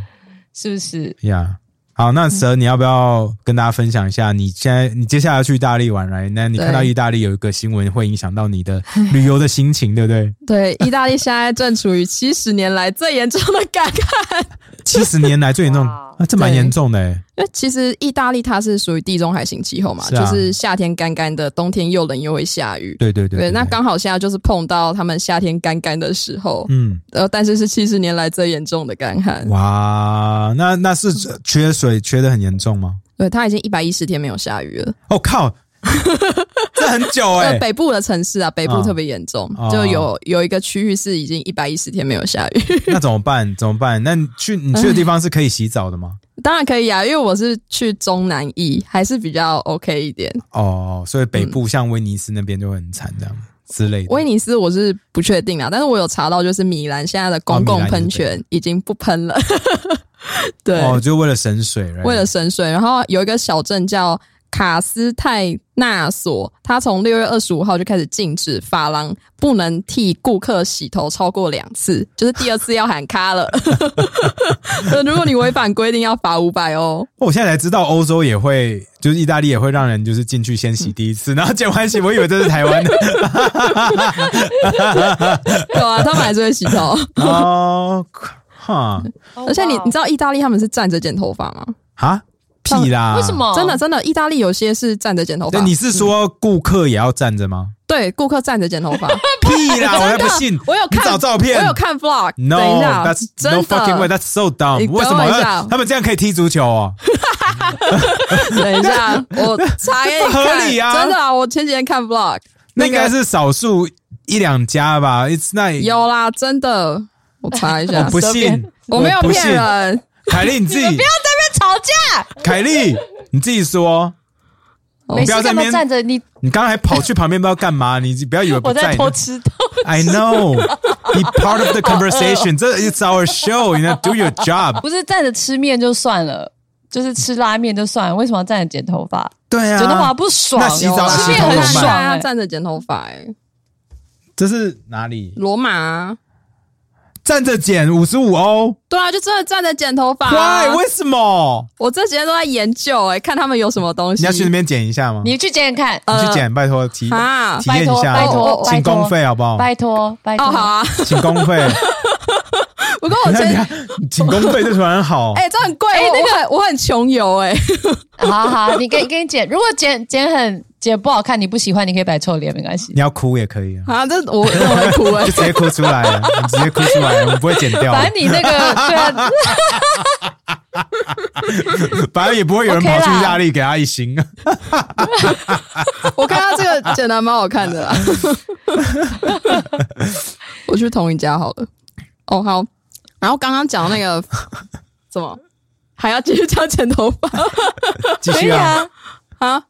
S1: 是不是？
S2: 呀、好，那蛇，你要不要跟大家分享一下？你现在你接下来要去意大利玩来，那你
S3: 对
S2: 看到意大利有一个新闻会影响到你的旅游的心情，对不对？
S3: 对，意大利现在正处于七十年来最严重的干旱。
S2: 七十年来最严重，
S1: 哇
S2: 啊，这蛮
S3: 对
S2: 严重的、欸，
S3: 因为其实意大利它是属于地中海型气候嘛，
S2: 是啊
S3: 就是夏天干干的，冬天又冷又会下雨。
S2: 对对对
S3: 对，那刚好现在就是碰到他们夏天干干的时候，
S2: 嗯，
S3: 呃，但是是七十年来最严重的干旱。
S2: 哇，那那是缺水缺的很严重吗？
S3: 对，它已经一百一十天没有下雨了。
S2: 哦靠， 这很久哎、
S3: 呃，北部的城市啊，北部
S2: 嗯
S3: 特别严重，
S2: 哦
S3: 就有有一个区域是已经一百一十天没有下雨。
S2: 那怎么办？怎么办？那你去你去的地方是可以洗澡的吗？
S3: 当然可以啊，因为我是去中南翼，还是比较 OK 一点。
S2: 哦，所以北部像威尼斯那边就会很惨这样之类的。
S3: 威尼斯我是不确定啊，但是我有查到，就是啊米兰现在的公共喷泉已经不喷了，对， 哦
S2: 哦，就为了省水，right？
S3: 为了省水。然后有一个小镇叫卡斯泰纳索，它从六月二十五号就开始禁止发廊不能替顾客洗头超过两次，就是第二次要喊卡了。 如果你违反规定，要罚五百 哦。
S2: 我现在才知道欧洲也会，就是意大利也会让人就是进去先洗第一次，然后剪完洗，我以为这是台湾的
S3: 对啊，他们还是会洗头，
S2: 哦，哈
S3: 而且你
S2: 哦
S3: 你知
S1: 道
S3: 道意大利他们是站着剪头发吗？
S2: 哈屁啦！
S1: 哦为什？么？
S3: 真的真的，意大利有些是站着剪头发
S2: 那。哦你是说顾客也要站着 吗？
S3: 对顾客站着剪头发？
S2: 屁啦！ 我才不信！
S3: 我有
S2: 你
S3: 看
S2: 找照片，
S3: 我有看 vlog。
S2: No,
S3: 等一下
S2: that's
S3: 真
S2: no
S3: 的
S2: fucking way. That's so dumb.
S3: 你等
S2: 为什么呃
S3: 我一下
S2: 他他们这样可以踢足球 哦？
S3: 等一下，我查给你
S2: 这不合
S3: 看。
S2: 理啊
S3: 真的啊，我前几天看 vlog，
S2: 那
S3: 那个
S2: 应该是少数一两家吧。It's not
S3: 有啦，真的，我查一
S2: 我
S3: 下，
S2: 不
S1: 随
S2: 信
S1: 便，
S3: 我没有
S2: 不
S3: 骗
S2: 信。
S3: 人。
S2: 凯莉你自己，
S1: 吵架，
S2: 凯莉你自己说，
S1: 没
S2: 不
S1: 事
S2: 要在
S1: 干
S2: 那
S1: 嘛
S2: 边
S1: 站着？你
S2: 你刚才跑去旁边不知道干嘛，你不要以为不
S1: 我在
S2: 在。
S1: 偷吃豆，
S2: I know, be part of the conversation. 这 It's our show. You know, do your job.
S1: 不是站着吃面就算了，就是吃拉面就算了，为什么要站着剪头发？
S2: 对
S1: 剪头发
S2: 啊，
S1: 不爽？哦
S2: 那洗
S3: 有
S2: 澡
S3: 啦
S1: 吃
S2: 洗
S1: 面
S2: 头
S1: 很
S2: 怎么
S1: 爽
S2: 办
S1: 欸
S3: 他站着剪头发，哎，
S2: 这是哪里？
S3: 罗马啊。
S2: 站着剪五十五欧
S3: 对啊，就真的站着剪头发啊。
S2: ，Why？为什么？
S3: 我这几天都在研究，哎，看他们有什么东西。
S2: 你要去那边剪一下吗？
S1: 你去剪剪看，
S2: 你去剪，拜托体
S3: 啊
S2: 体验一下，
S1: 拜托拜托
S2: 请公费好不好？
S1: 拜托拜
S3: 哦，
S1: 托，
S3: 好啊。
S2: 请 公费，
S3: 不过我
S2: 你看
S3: 前
S2: 你看， 请公费这突 然好。
S3: 哎，这很贵，哎，那个我很穷游，哎，
S1: 好好，你给给你剪，如果剪剪很剪不好看，你不喜欢，你可以摆臭脸，没关系。
S2: 你要哭也可以啊，
S3: 啊，这我我会哭，哎
S2: 就，直接哭出来了，啊你直接哭出来了，我们不会剪掉，
S1: 反正你那个对啊，
S2: 反正也不会有人
S1: OK
S2: 跑
S1: 啦
S2: 去意大利给他一星。
S3: 我看他这个剪的蛮好看的啦。啊 我去同一家好了。哦，好。然后刚刚讲那个怎么还要继续讲剪头发
S2: 继
S1: 可
S2: 续
S1: 以
S2: 啊，
S1: 啊。
S3: 啊？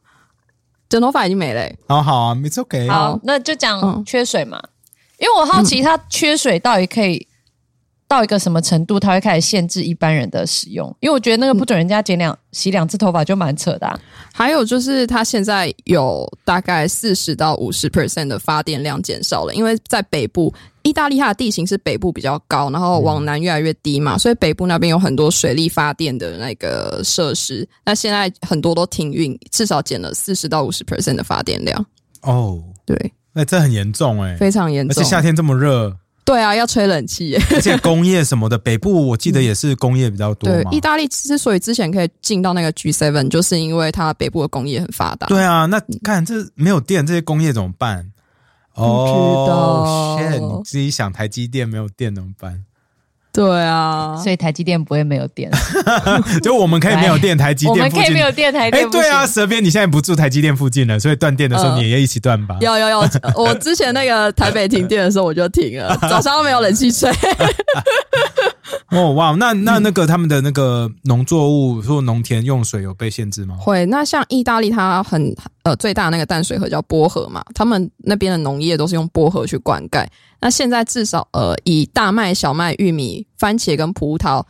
S3: 剪头发已经没了欸、
S2: 好好啊，It's OK。
S1: 好，那就
S3: 嗯
S1: 讲缺水嘛，因为我好奇它缺水到底可以到一个什么程度，它会开始限制一般人的使用。因为我觉得那个不准人家剪两洗两次头发就蛮扯的啊。
S3: 还有就是，它现在有大概四十到五十 percent 的发电量减少了，因为在北部，意大利它的地形是北部比较高，然后往南越来越低
S2: 嗯
S3: 嘛，所以北部那边有很多水力发电的那个设施，那现在很多都停运，至少减了四十到五十 percent 的发电量，
S2: 哦，
S3: 对，
S2: 那这很严重哎，
S3: 非常严
S2: 而且
S3: 重。
S2: 夏天这么热，
S3: 对啊，要吹冷气耶。
S2: 而且工业什么的，北部我记得也是工业比较多
S3: 对
S2: 嘛，。
S3: 意大利之所以之前可以进到那个 G seven，就是因为它北部的工业很发达。
S2: 对啊，那看这没有电，这些工业怎么办？
S3: 不
S2: 哦，
S3: 知道
S2: shit，你自己想台积电没有电怎么办？
S3: 对啊，
S1: 所以台积电不会没有 电，
S2: 就我们可以没有电，台积
S1: 我
S2: 电
S1: 们
S2: 附
S1: 可以
S2: 近
S1: 没有电，台积
S2: 哎、
S1: 电不
S2: 对啊，
S1: 行，
S2: 蛇边，你现在不住台积电附近了，所以断电的时候
S3: 嗯
S2: 你也一起断 吧。
S3: 有有有，呃我之前那个台北停电的时候我就停 了，早上都没有冷气吹。
S2: 哦哇，那那那个他们的那个农作物或农田用水有被限制吗？
S3: 会，那像意大利，它很呃最大的那个淡水河叫波河嘛，他们那边的农业都是用波河去灌溉。那现在至少呃以大麦、小麦、玉米、番茄跟葡萄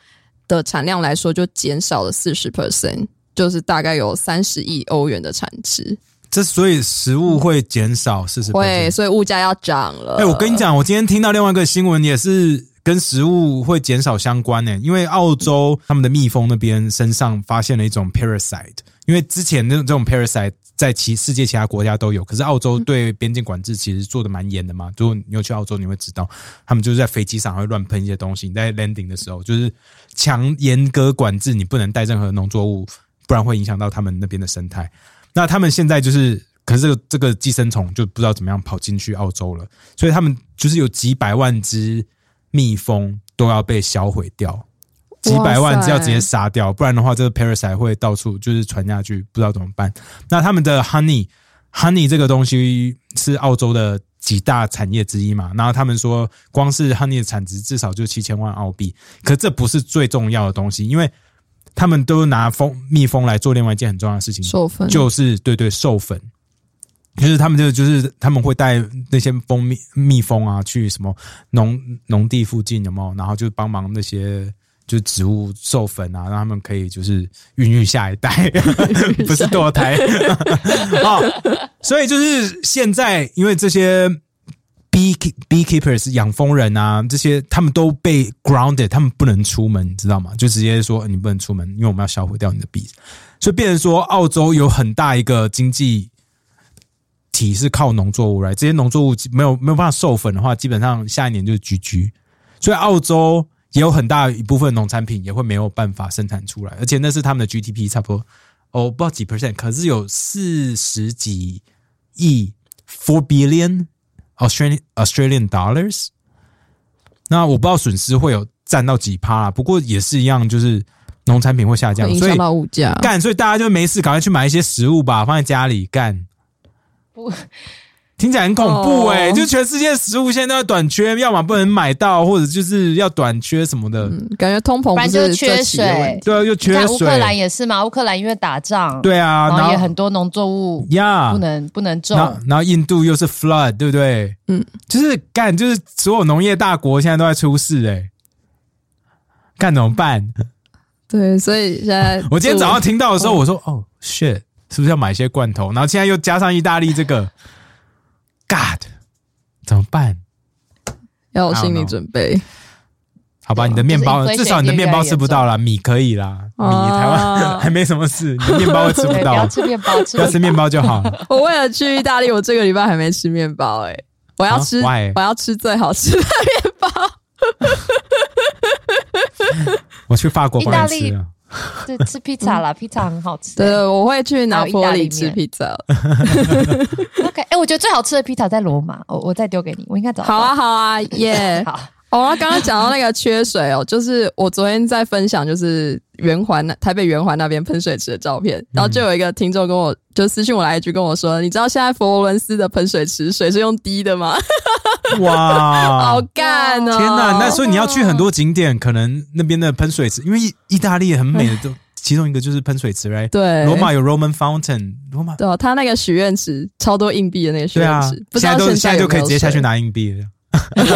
S3: 的产量来说，就减少了四十 percent，就是大概有三十亿欧元的产值。
S2: 这所以食物会减少四十。
S3: 会，所以物价要涨了。
S2: 哎、我跟你，讲，我今天听到另外一个新闻，也是跟食物会减少相关呢、欸因为澳洲他们的蜜蜂那边身上发现了一种 parasite，因为之前那种这种 parasite 在其世界其他国家都有，可是澳洲对边境管制其实做的蛮严的嘛。如果你有去澳洲，你会知道，他们就是在飞机上还会乱喷一些东西，你在 landing 的时候就是强严格管制，你不能带任何农作物，不然会影响到他们那边的生态。那他们现在就是，可是这个这个寄生虫就不知道怎么样跑进去澳洲了，所以他们就是有几百万只蜜蜂都要被销毁掉，几百万只要直接杀掉，不然的话这个 parasite 会到处就是传下去，不知道怎么办。那他们的 honey honey 这个东西是澳洲的几大产业之一嘛，然后他们说光是 honey 的产值至少就七千万澳币，可这不是最重要的东西，因为。他们都拿蜂蜜蜂来做另外一件很重要的事情，
S3: 授粉
S2: 就是对对授粉，就是他们就就是他们会带那些蜂蜜蜜蜂啊去什么农农地附近有没有，然后就帮忙那些就是植物授粉啊，让他们可以就是孕育下一代，不是堕胎哦。所以就是现在，因为这些 bee bee keepers 养蜂人啊，这些他们都被 grounded，他们不能出门，你知道吗？就直接说、呃你不能出门，因为我们要销毁掉你的 bees。所以变成说，澳洲有很大一个经济体是靠农作物来，这些农作物没有没有办法授粉的话，基本上下一年就是 GG。所以澳洲也有很大一部分农产品也会没有办法生产出来，而且那是他们的 GDP 差不多哦，不知道几 percent，可是有四十几亿 four billion Australian Australian dollars。那我不知道损失会有占到几趴啦，不过也是一样，就是农产品会下降
S3: 会，影
S2: 所以
S3: 响到物价。
S2: 干，所以大家就没事，赶快去买一些食物吧，放在家里干。
S1: 不，
S2: 听起来很恐怖哎、
S3: 哦
S2: 就全世界的食物现在都在短缺，要么不能买到，或者就是要短缺什么的。
S3: 嗯，感觉通膨
S1: 不
S3: 不
S1: 然
S3: 是
S1: 就缺
S3: 这期的问题
S1: 水。
S2: 对啊，又缺
S1: 你看乌克兰
S2: 水。
S1: 也是嘛，乌克兰因为打仗，、
S2: 对啊，
S1: 然
S2: 然
S1: 后也
S2: 后
S1: 很多农作物
S2: 呀
S1: 不能、不能种
S2: 然，后然后印度又是 flood，对不对？
S3: 嗯，
S2: 就是干，就是所有农业大国现在都在出事哎、干怎么办？
S3: 对，所以现在
S2: 我今天早上
S3: 住
S2: 听到的时候，我说：“哦，shit，是不是要买一些罐头？”然后现在又加上意大利这个，God，怎么办？
S3: 要有心理准备。
S2: 好吧，你的面包
S1: 就是
S2: 至少你的面
S1: inflation
S2: 包
S1: 啊
S2: 吃不到啦，米可以啦，米
S3: 哦
S2: 台湾还没什么事，你的面包会吃
S1: 对，不
S2: 不
S1: 要
S2: 到，
S1: 吃面 包，吃
S2: 不要吃面包就好了。
S3: 我为了去意大利，我这个礼拜还没吃面包哎、我要
S2: 啊
S3: 吃、
S2: why？
S3: 我要吃最好吃的面包。
S2: 我去法国帮你吃啊
S1: 意大
S2: 了，
S1: 吃吃披萨 啦，披萨很好吃。
S3: 对，我会去拿坡
S1: 还
S3: 里
S1: 有
S3: 吃
S1: 意大利面
S3: 披
S2: 哦
S3: 萨。
S1: OK，哎、我觉得最好吃的披萨在罗马，我我再丢给你，我应该找得到
S3: 好啊，，好啊， 耶、
S1: 好，
S3: 哦，然后刚刚讲到那个缺水哦，就是我昨天在分享，就是圆环那台北圆环那边喷水池的照
S2: 嗯
S3: 片，然后就有一个听众跟我就私信我来一句跟我说，你知道现在佛罗伦斯的喷水池水是用滴的吗？
S2: 哇
S3: 好！
S1: 啊
S3: 干 哦！
S2: 天哪，那所以你要去很多景点，可能那边的喷水池，因为意意大利也很美的，都其中一个就是喷水池，right？
S3: 对
S2: 罗马有 Roman Fountain，罗马
S3: 对哦，他那个许愿池超多硬币的那个许
S2: 对
S3: 愿
S2: 啊
S3: 池，，不知
S2: 现
S3: 道
S2: 在都
S3: 在
S2: 现在就
S3: 有没
S2: 可以
S3: 有
S2: 直接下去
S3: 水，
S2: 拿硬币了。
S3: 没有，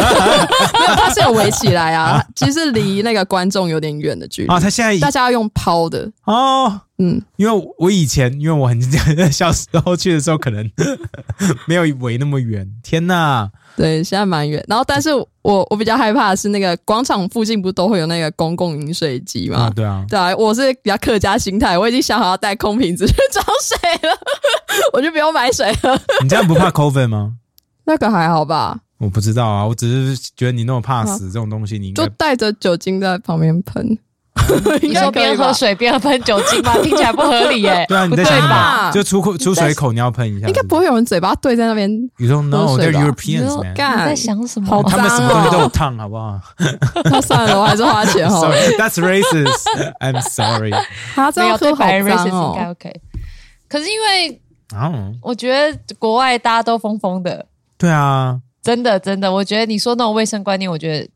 S3: 它是 有围起来啊，其实离那个观众有点远的距离，
S2: 啊，他现在已
S3: 大家要用抛的，
S2: 哦，
S3: 嗯，
S2: 因为我以前因为我很 小时候去的时候，可能 没有围那么远。天哪，
S3: 对，现在蛮远。然后，但是我我比较害怕的是那个广场附近不都会有那个公共饮水机吗？
S2: 啊，对啊，
S3: 对啊，我是比较客家心态，我已经想好要带空瓶子去装水了， 我就不用买水了。
S2: 你这样不 怕 COVID 吗？
S3: 那个还好吧，
S2: 我不知道啊，我只是觉得你那么怕 死这种东西，你应该嗯
S3: 啊就带着酒精在旁边喷， 应
S1: 你
S3: 该
S1: 说
S3: 可以
S1: 边
S3: 吧
S1: 喝？水边喷酒精 吗？听起来不合理耶、
S2: 对啊，你
S1: 不
S2: 在
S1: 对
S2: 想什
S1: 吧？
S2: 么？就出口出水口你要喷一下，
S3: 应该不会有人嘴巴对在那边
S2: You don't
S3: 喝
S2: know
S3: 水
S2: they're
S3: 吧
S2: Europeans
S3: 你
S2: man，
S1: 你在
S3: 干。
S1: 想什
S3: 好
S1: 么？
S2: 他们什么东西都有烫，好不 好
S3: 那算了，我还是花钱好 了。
S2: ？Sorry, that's racist. I'm sorry.
S3: 他这
S1: 没
S3: 样
S1: 有
S3: 喝
S1: 对
S3: 好
S1: 白人
S3: 脏
S1: racist 应该
S3: 哦，
S1: OK，可是因为
S2: 啊，
S1: 我觉得国外大家都疯疯的，
S2: 对啊，
S1: 真的真的，我觉得你说那种卫生观念，我觉得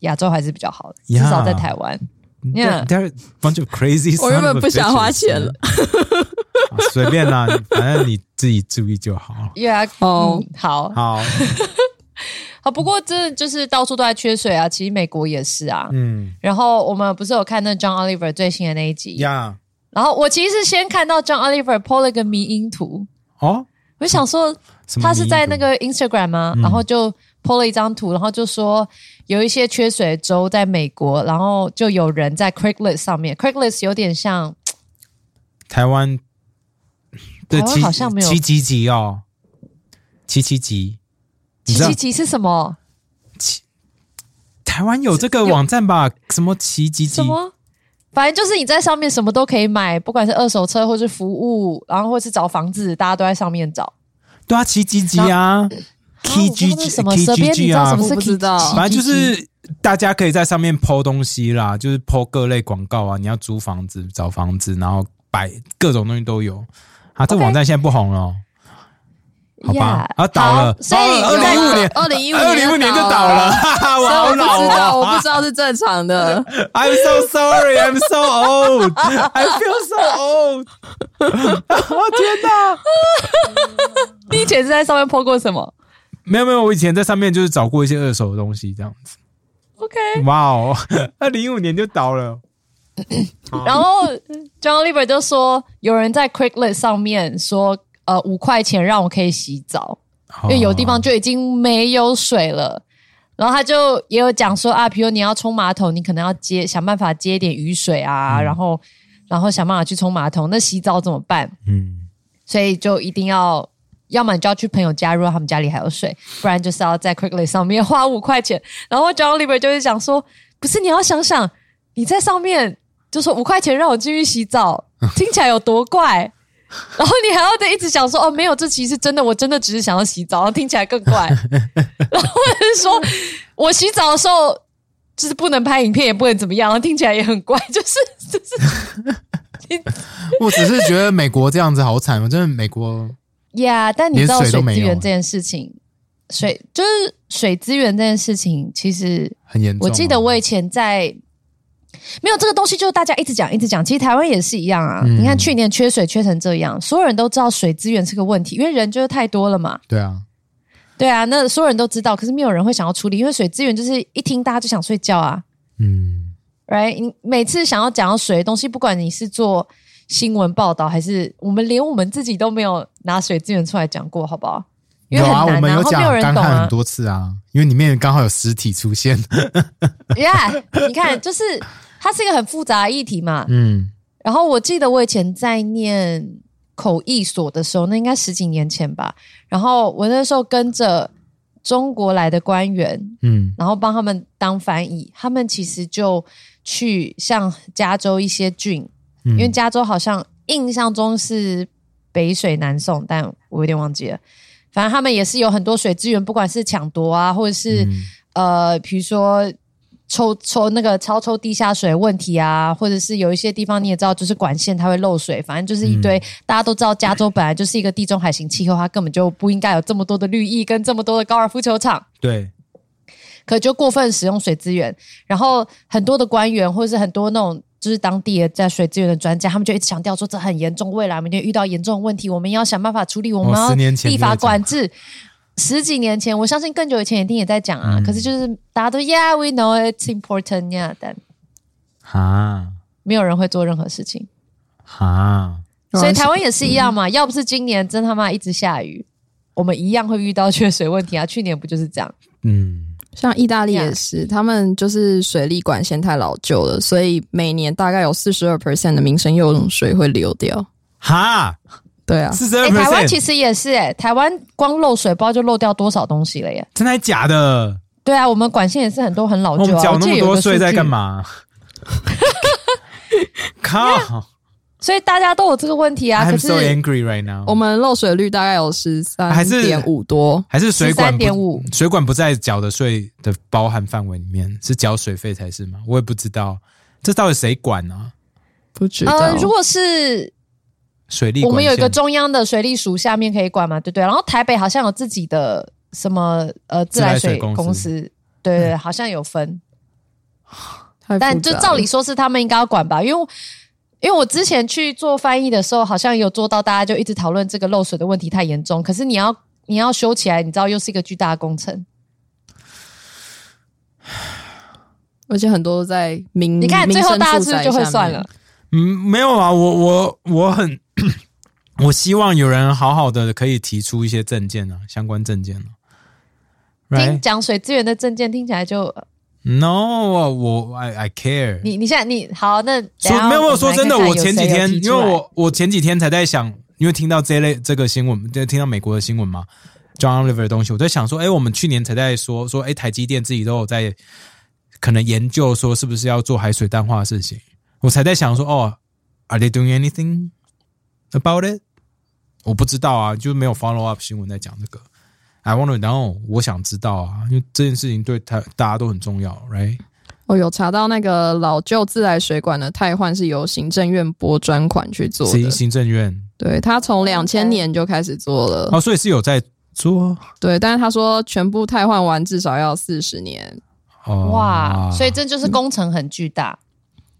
S1: 亚洲还是比较好的，至
S2: Yeah
S1: 少在台湾。
S3: 哦
S2: They're
S1: Yeah.
S2: they're a bunch of crazy.
S3: 我原本不想花钱了
S2: 啊，随便啦，反正你自己注意就好。
S1: Yeah，
S3: 哦
S1: 嗯好
S2: 好，
S1: 好，不过真的就是到处都在缺水啊，其实美国也是啊。
S2: 嗯，
S1: 然后我们不是有看那 John Oliver 最新的那一集
S2: 呀，
S1: 然后我其实是先看到 John Oliver po 了一个迷因图，
S2: 哦，
S1: 我就想说
S2: 什么嗯
S1: 他是在
S2: 民
S1: 那
S2: 族
S1: 个 Instagram 吗？然后就 po 了一张图，然后就说有一些缺水州在美国，然后就有人在 Craigslist 上面，Craigslist 有点像
S2: 台湾的
S1: 台湾
S2: 七
S1: 好像没有
S2: 七级级哦，七七级，你
S1: 七
S2: 知道
S1: 七七是什么？
S2: 台湾有这个网站吧？什么七级级
S1: 什？么？反正就是你在上面什么都可以买，不管是二手车或是服务，然后或是找房子，大家都在上面找。
S2: 对啊，七级级啊，K
S1: 我不知
S2: G
S1: 道
S2: G
S1: 是什么
S2: K
S1: 蛇
S2: G
S1: 边你
S2: G
S1: 知道
S2: 啊
S1: 什么，是
S3: 我不知道
S1: Kijiji？
S2: 反正就是
S1: 哦
S2: 大家可以在上面抛东西啦，就是抛各类广告啊，你要租房子、找房子，然后摆各种东西都有。啊，这个
S1: OK
S2: 网站现在不红了哦，好吧
S1: Yeah，
S2: 啊倒了
S1: 好所以
S2: 好了
S1: 在
S2: 2015年
S3: 二零一五
S2: 二零五年就倒
S1: 啊
S2: 了，， 哈 哈，我
S3: 所以
S2: 好
S3: 我不
S2: 老
S3: 知
S2: 哦
S3: 道，我不知道是正常的。
S2: I'm so sorry. I'm so old. I feel so old. 我天哪！
S1: 你以前是在上面 po 过什么？
S2: 没有没有，我以前在上面就是找过一些二手的东西，这样子。
S1: OK，
S2: 哇哦， 二零一五年就倒了，
S1: 然后 John Oliver 就说，有人在 Quicklist 上面说，呃，五块钱让我可以洗澡，因为有地
S2: 哦
S1: 方就已经没有水了。然后他就也有讲说啊，比如你要冲马桶，你可能要接想办法接一点雨水啊，然后然后想办法去冲马桶。那洗澡怎么办？
S2: 嗯，
S1: 所以就一定要，要么你就要去朋友家，如果他们家里还有水，不然就是要在 Quickly 上面花五块钱。然后 John Oliver 就是讲说，不是你要想想，你在上面就说五块钱让我继续洗澡，听起来有多怪。然后你还要再一直想说哦，没有，这其实真的，我真的只是想要洗澡，然后听起来更怪。然后我就说，我洗澡的时候就是不能拍影片，也不能怎么样，然后听起来也很怪，就是就是
S5: 我只是觉得美国这样子好惨，我真的美国
S1: 呀但你
S5: 连
S1: 知道
S5: 水
S1: 水
S5: 都没
S1: 资
S5: 有
S1: 源
S5: 啊
S1: 这件事情，水就是水资源这件事情，其实
S5: 很严重啊。
S1: 我记得我以前在没有这个东西，就是大家一直讲一直讲，其实台湾也是一样啊。
S5: 嗯
S1: 你看去年缺水缺成这样，所有人都知道水资源是个问题，因为人就是太多了嘛。
S5: 对啊，
S1: 对啊，那所有人都知道，可是没有人会想要处理，因为水资源就是一听大家就想睡觉啊。
S5: 嗯，
S1: right？你每次想要讲到水的东西，不管你是做新闻报道，还是我们连我们自己都没有拿水资源出来讲过，好不好？因为
S5: 有
S1: 很
S5: 啊，我
S1: 难
S5: 们
S1: 然
S5: 有
S1: 后没
S5: 讲
S1: 有人
S5: 干
S1: 懂
S5: 旱
S1: 啊
S5: 很。多次啊，因为里面刚好有尸体出现。
S1: yeah，你看，就是它是一个很复杂的议题嘛。
S5: 嗯，
S1: 然后我记得我以前在念口译所的时候，那应该十几年前吧。然后我那时候跟着中国来的官员，
S5: 嗯
S1: 然后帮他们当翻译。他们其实就去像加州一些郡，
S5: 嗯，
S1: 因为加州好像印象中是北水南送，但我有点忘记了。反正他们也是有很多水资源，不管是抢夺啊，或者是、
S2: 嗯
S1: 呃，比如说抽抽那个超抽地下水问题啊，或者是有一些地方你也知道，就是管线它会漏水，反正就是一堆、大家都知道，加州本来就是一个地中海型气候，它根本就不应该有这么多的绿意跟这么多的高尔夫球场。
S2: 对，
S1: 可就过分使用水资源，然后很多的官员或者是很多那种就是当地的在水资源的专家，他们就一直强调说这很严重，未来我们就遇到严重的问题，我们要想办法处理，我们
S2: 哦
S1: 要
S2: 十年前
S1: 立
S2: 就在
S1: 法
S2: 讲
S1: 管制。十几年前，我相信更久以前一定也在讲
S2: 嗯
S1: 啊。可是就是大家都 Yeah, we know it's important, yeah，但
S2: 哈
S1: 没有人会做任何事情。
S2: 哈，
S1: 所以台湾也是一样嘛，要不是今年真他妈一直下雨，我们一样会遇到缺水问题啊。去年不就是这样？
S2: 嗯，
S3: 像意大利也是，他们就是水利管线太老旧了，所以每年大概有四十二 percent 的民生用水会流掉。
S2: 哈，
S3: 对啊，
S2: 四十二
S1: 哎、台湾其
S2: percent，
S1: 实也是哎、台湾光漏水包就漏掉多少东西了耶？
S2: 真的还假的？
S1: 对啊，我们管线也是很多很老
S2: 我
S1: 旧、
S2: 们
S1: 啊，
S2: 缴
S1: 我
S2: 那
S1: 记得
S2: 么
S1: 有
S2: 多
S1: 个数
S2: 税在
S1: 据
S2: 干？嘛？靠
S1: 所以大家都有这个问题啊啊。可
S2: ！I'm
S1: 是
S2: so angry right now。
S3: 我们漏水率大概有十三
S2: 还是
S3: 点五多，
S2: 还是水管
S1: 三
S2: 不
S1: 点五，
S2: 水管不在缴的税的包含范围里面，是缴水费才是吗？我也不知道，这到底谁管啊？
S3: 不知道。
S1: 呃，如果是
S2: 水利
S1: 我们有一个
S2: 管线
S1: 中央的水利署下面可以管嘛，对不对？然后台北好像有自己的什么呃自来水
S2: 自来水公司
S1: 公司，对对，对好像有分。
S3: 太复杂了
S1: 但就照理说是他们应该要管吧，因为因为我之前去做翻译的时候，好像有做到，大家就一直讨论这个漏水的问题太严重。可是你要你要修起来，你知道又是一个巨大的工程。
S2: 嗯
S3: 而且很多都在民，
S1: 你看最后
S3: 民生
S1: 大家
S3: 住
S1: 是不
S3: 宅
S1: 是就会
S3: 下面
S1: 算了？？
S2: 嗯，没有啊，我我我很， 我希望有人好好的可以提出一些证件啊，相关证件啊。
S1: 听
S2: Right?
S1: 讲水资源的证件听起来就
S2: No，我 I I care。
S1: 你你现在你好那
S2: 说没有没有说真的，我前几天因为
S1: 我
S2: 我我前几天才在想，因为听到这类这个新闻，就听到美国的新闻嘛，John Oliver 的东西，我在想说，哎，我们去年才在说说，哎，台积电自己都有在可能研究说是不是要做海水淡化的事情，我才在想说，哦，Are they doing anything about it？我不知道啊，就没有 follow up 新闻在讲这个。I want to know，我想知道啊，因为这件事情对他大家都很重要，right？
S3: 我哦有查到那个老旧自来水管的汰换是由行政院拨专款去做
S2: 行
S3: 的，
S2: 行政院
S3: 对他从两千年就开始做了，
S2: 哦，所以是有在做啊
S3: 对，但是他说全部汰换完至少要四十年，
S2: 哦，
S1: 哇，所以这就是工程很巨大。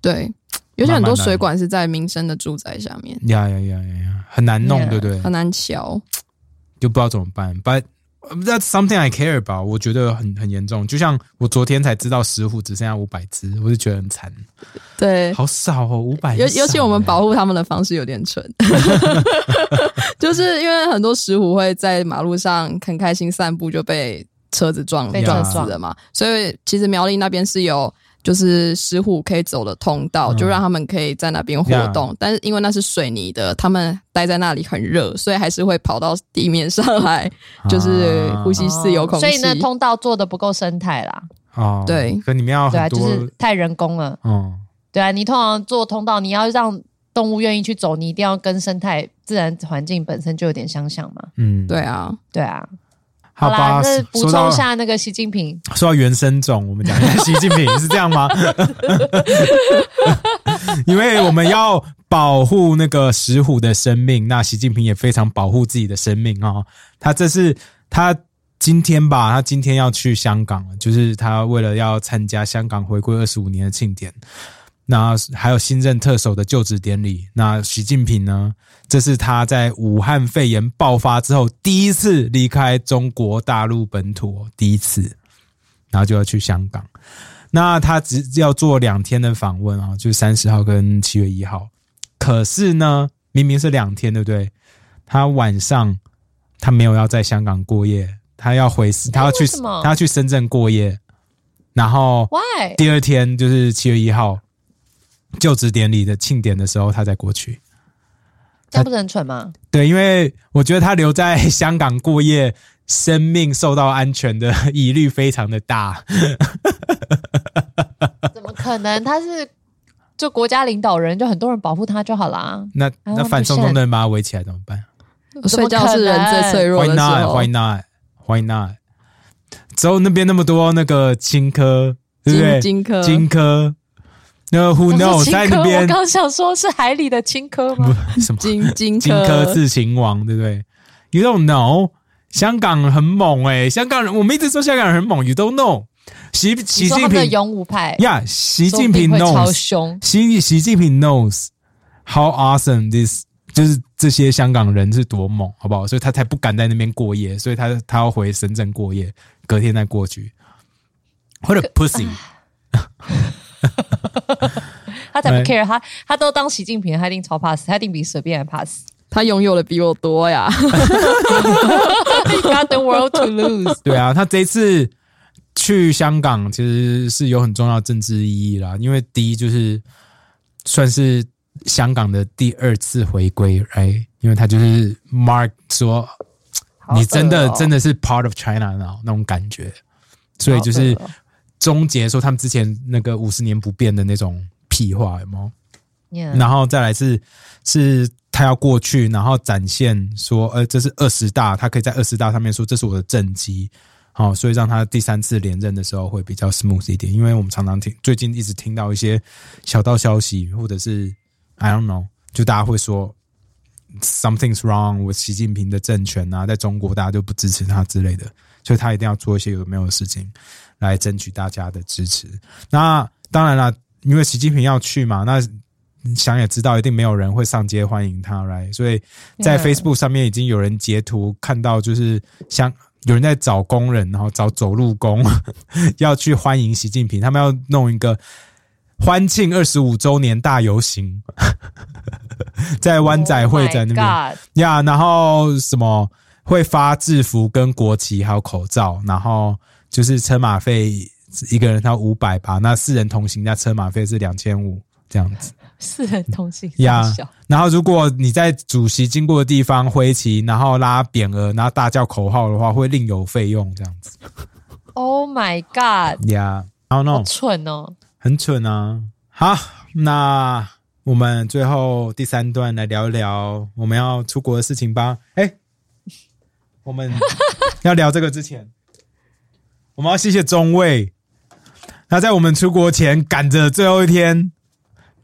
S3: 对，尤其
S2: 慢
S3: 很
S2: 慢
S3: 多
S2: 来嗯
S3: 水管是在民生的住宅下面，
S2: 呀呀呀呀呀，很难弄
S1: Yeah
S2: 对不对？
S3: 很难瞧。
S2: 就不知道怎么办。But That's something I care about。我觉得很很严重，就像我昨天才知道石虎只剩下五百只，我就觉得很惨，
S3: 对，
S2: 好少哦，五百、
S3: 尤尤其我们保护它们的方式有 点蠢，就是因为很多石虎会在马路上很开心散步就被车子撞
S1: 被
S2: 车
S3: 撞死
S1: 撞
S3: 了嘛，所以其实苗栗那边是有。就是石虎可以走的通道，
S2: 嗯
S3: 就让他们可以在那边活动。但是因为那是水泥的，他们待在那里很热，所以还是会跑到地面上来，
S2: 啊
S3: 就是呼吸自由空气。
S1: 哦所以呢，通道做的不够生态啦，
S2: 哦，
S3: 对
S2: 可你们要
S1: 对
S2: 很
S1: 啊，就
S2: 多，
S1: 是太人工了。
S2: 嗯，
S1: 对啊，你通常做通道，你要让动物愿意去走，你一定要跟生态、自然环境本身就有点相像嘛。
S2: 嗯，
S3: 对，啊，
S1: 对啊，
S2: 好
S1: 啦，
S2: 吧
S1: 那，补
S2: 说
S1: 充
S2: 到
S1: 一下那个习近平，
S2: 说到原生种，我们讲一下习近平是这样吗？ 因为我们要保护那个石虎的生命，那习近平也非常保护自己的生命哦。他这是他今天吧，他今天要去香港了，就是他为了要参加香港回归二十五年的庆典。那还有新任特首的就职典礼。那习近平呢？这是他在武汉肺炎爆发之后第一次离开中国大陆本土哦，第一次。然后就要去香港。那他只要做两天的访问啊，就是三十号跟七月一号。可是呢，明明是两天，对不对？他晚上他没有要在香港过夜，他要回，他要去
S1: 为什，么
S2: 他要去深圳过夜。然后
S1: why？
S2: 第二天就是七月一号就职典礼的庆典的时候，他再过去。
S1: 这样不是很蠢吗？
S2: 对，因为我觉得他留在香港过夜，生命受到安全的疑虑非常的大。
S1: 怎么可能？他是就国家领导人，就很多人保护他就好啦。
S2: 那
S1: 啊
S2: 那反送中的人把他围起来怎么办
S3: 睡觉是人最脆弱
S2: ？Why
S3: 的时候。
S2: not？Why not？Why not？之后那边那么多那个荆轲，对不对？
S3: 金金科
S2: 荆轲，那 Who
S1: 不是
S2: knows
S1: 青
S2: 在
S1: 稞
S2: 那边
S1: 我刚想说是海里的青稞吗？
S2: 什么
S3: 金金
S2: 荆轲刺秦王，对不对？You don't know，香港很猛哎、香港人我们一直说香港人很猛，You don't know，习
S1: 你
S2: 习
S1: 说
S2: 近
S1: 他们的
S2: 平
S1: 勇武派，
S2: 呀，习
S1: 习
S2: 近平
S1: 会超
S2: knows，
S1: 凶。
S2: 习习近平 knows how awesome this 就是这些香港人是多猛，好不好？所以他才不敢在那边过夜，所以他他要回深圳过夜，隔天再过去。或者 pussy，
S1: 他才不
S2: 哎
S1: care，他他都当习近平，他一定超怕死，他一定比随便还怕死。
S3: 他拥有的比我多呀。
S1: You got the world to lose。
S2: 对啊，他这一次去香港其实是有很重要的政治意义啦，因为第一就是算是香港的第二次回归，哎，因为他就是 Mark 说
S1: 好
S2: 你真的
S1: 恶哦
S2: 真的是 part of China 那种那种感觉，所以就是
S1: 好恶哦
S2: 终结说他们之前那个五十年不变的那种屁话，有没有？
S1: Yeah
S2: 然后再来是是他要过去，然后展现说，呃，这是二十大，他可以在二十大上面说这是我的政绩，好、所以让他第三次连任的时候会比较 smooth 一点，因为我们常常听最近一直听到一些小道消息，或者是 I don't know，就大家会说 something's wrong with 习近平的政权啊，在中国大家就不支持他之类的，所以他一定要做一些有没有的事情来争取大家的支持。那当然啦，因为习近平要去嘛，那想也知道，一定没有人会上街欢迎他来，所以在
S1: Yeah
S2: Facebook 上面已经有人截图看到，就是像有人在找工人，然后找走路工 要去欢迎习近平，他们要弄一个欢庆二十五周年大游行， 在湾仔会在那边。
S1: Oh my God
S2: 呀然后什么会发制服跟国旗还有口罩，然后就是车马费一个人他五百吧，那四人同行那车马费是两千五这样子。
S1: 四人同行
S2: 呀
S1: 三小
S2: 然后如果你在主席经过的地方挥旗，然后拉匾额，然后大叫口号的话，会另有费用这样子。
S1: Oh my God！
S2: 呀、然后 n
S1: 好
S2: o
S1: 蠢哦，
S2: 很蠢啊。好，那我们最后第三段来聊一聊我们要出国的事情吧。哎、我们要聊这个之前，我们要谢谢中尉，他在我们出国前赶着最后一天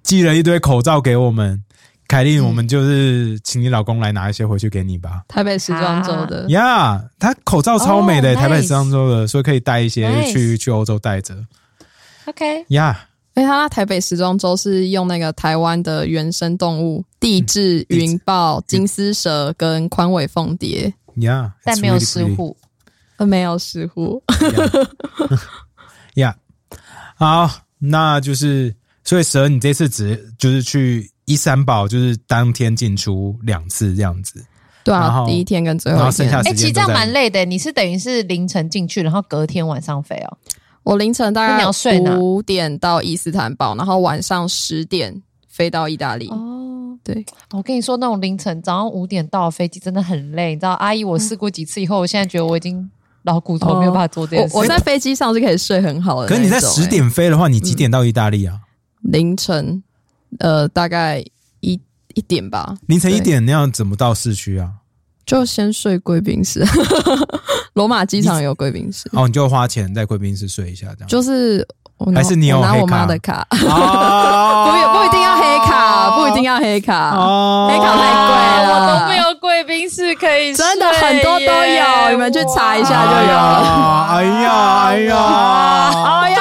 S2: 寄了一堆口罩给我们。凯莉，我们就是请你老公来拿一些回去给你吧。
S3: 台北时装周
S2: 啊
S3: 的，
S2: 呀、他口罩超美的、
S1: 嗯哦
S2: 台北
S1: nice
S2: 时装周的，所以可以带一些
S1: Nice
S2: 去去欧洲带着。
S1: OK，
S2: 呀、
S3: 因为他那台北时装周是用那个台湾的原生动物地质
S2: 嗯
S3: 云豹、金丝蛇跟宽尾凤蝶，
S2: Yeah，
S1: 但
S2: it's
S1: 没有
S2: really
S1: 失
S2: pretty
S1: 误。
S3: 呃没有失误，
S2: 呀、好，那就是所以蛇，你这次只就是去伊三堡，就是当天进出两次这样子，
S3: 对
S2: 然
S3: 啊，
S2: 后
S3: 第一天跟最
S2: 然
S3: 后
S2: 后
S3: 一
S2: 剩下
S3: 天，
S1: 哎、
S2: 时
S1: 其实这
S2: 间都
S1: 样
S2: 在
S1: 蛮累的。你是等于是凌晨进去，然后隔天晚上飞哦。
S3: 我凌晨大
S1: 那你要睡哪
S3: 概五点到伊斯坦堡，然后晚上十点飞到意大利。
S1: 哦，
S3: 对，
S1: 我跟你说，那种凌晨早上五点到的飞机真的很累，你知道，阿姨，我试过几次以后，我现在觉得我已经老骨头，
S3: 哦
S1: 没有办法做这件事。
S3: 我我在飞机上是可以睡很好的
S2: 可
S3: 那一
S2: 是
S3: 种。
S2: 你在十点飞的话，你几
S3: 嗯
S2: 点到意大利啊？
S3: 凌晨，呃，大概一一点吧，
S2: 凌晨一
S3: 对
S2: 点那样怎么到市区啊？
S3: 就先睡贵宾室。 罗马机场有贵宾室，
S2: 哦，你就花钱在贵宾室睡一下这样。
S3: 就是我拿
S2: 还是你有
S3: 我拿
S2: 黑
S3: 我妈
S2: 卡
S3: 的卡，不
S2: 哦，
S3: 不一定要黑卡，不一定要黑卡，
S2: 哦，
S3: 黑卡太贵了，
S1: 我都没有贵宾室可以睡耶，
S3: 真的很多都有你们去查一下就有
S1: 哇
S2: 哎呀哎呀，
S3: 哎 呀，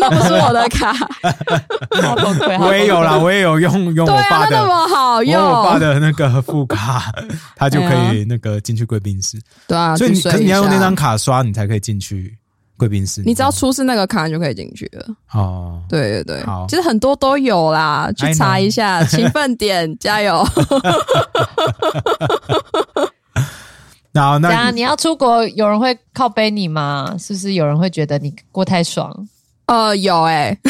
S3: 那不是我的卡，
S1: 好崩溃
S2: 我也有啦，，我也有用用
S3: 对
S2: 我
S3: 啊
S2: 爸，
S3: 那
S2: 的，
S3: 那么好
S2: 我有我爸
S3: 用，
S2: 的那个副卡，他就可
S3: 哎
S2: 以那个进去贵宾室。
S3: 对 啊，
S2: 所以
S3: 去
S2: 你
S3: 睡
S2: 可是你
S3: 一
S2: 要用那
S3: 下
S2: 张，卡刷，你才可以进去贵宾室。
S3: 你只要
S2: 知
S3: 出示那个卡，你就可以进去了。
S2: 道吗哦，
S3: 对对对
S2: 好，
S3: 其实很多都有啦，去查 一下，勤奋点，加油！
S2: 然后
S1: 等
S2: 那
S1: 下啊你要出国，有人会靠背你吗？是不是有人会觉得你过太爽？
S3: 呃，有哎、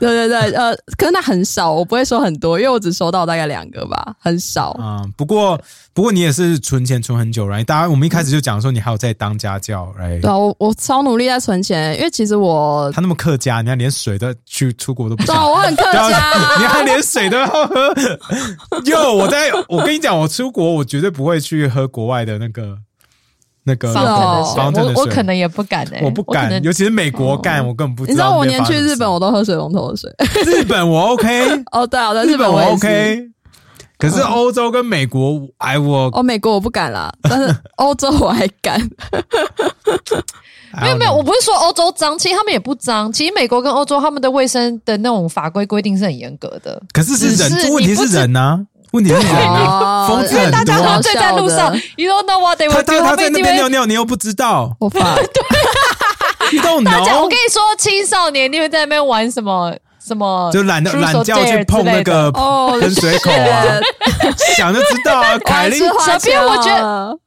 S3: 对对对，呃，可是那很少，我不会说很多，因为我只收到大概两个吧，很少。
S2: 嗯，不过不过你也是存钱存很久，right？大家我们一开始就讲说你还有在当家教，right？
S3: 对啊，我我超努力在存钱，因为其实 我
S2: 他那么客家，你看连水都去出国都不
S3: 对
S2: 想
S3: 啊，我很客
S2: 然后
S3: 家，
S2: 你看连水都要喝。 哟，我在我跟你讲，我出国我绝对不会去喝国外的那个那个
S3: 是哦
S2: 防的水，
S1: 我我可能也不敢哎、
S2: 我不
S1: 可
S2: 敢，
S1: 能
S2: 尤其是美国干，
S3: 哦
S2: 我根本不
S3: 你
S2: 知
S3: 知道
S2: 道
S3: 我
S2: 那边
S3: 连
S2: 发生
S3: 去
S2: 什么事。
S3: 日本我都喝水龙头的水。
S2: 日本我 OK，
S3: 哦，对啊，在
S2: 日
S3: 本
S2: 本我
S3: 也是
S2: OK，可是欧洲跟美国，I 我
S3: 哦，美国我不敢啦，但 是欧洲我还敢。
S1: 没有没有，我不是说欧洲脏，其实他们也不脏。其实美国跟欧洲他们的卫生的那种法规规定是很严格的。
S2: 可是是
S1: 只是
S2: 人，
S1: 你
S2: 问题是
S1: 不知
S2: 人呐，问题是人呐。
S3: 哦
S2: 疯子
S3: 因
S2: 很
S3: 为
S2: 多啊
S1: 大家喝醉在路上
S3: 笑的
S1: ，You don't know what they
S2: 他
S1: will
S2: 他
S1: do，
S2: 他
S1: 们
S2: 在
S1: 一
S2: 那
S1: 定
S2: 边尿
S1: 会。
S2: 尿，你又不知道
S3: 我 发
S2: ，You don't
S1: 大家，我
S2: know，
S1: 跟你说，青少年一定会在那边玩什么什么，
S2: 就懒得
S1: Truth or
S2: 懒觉
S1: Dare
S2: 去碰那个
S3: 哦，
S2: 喷水口啊，想就知道啊。凯莉
S3: 是花
S1: 小编我觉
S3: 得
S1: 之类的。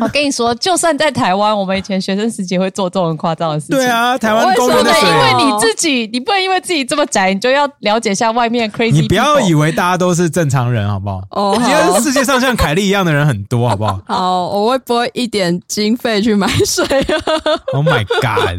S1: 我跟你说，就算在台湾，我们以前学生时期会做这种夸张的事情。
S2: 对。啊，台湾公
S1: 不
S2: 园的
S1: 能
S2: 水啊
S1: 因
S3: 为什
S1: 为
S3: 么
S1: 你自己，你不能因为自己这么宅，你就要了解一下外面 crazy。
S2: 你不要以，为大家都是正常人，好不好？
S3: 哦，
S2: 今
S3: 好
S2: 天世界上像凯莉一样的人很多，好不好
S3: 好，我会拨一点经费去买水，
S2: ？Oh my god！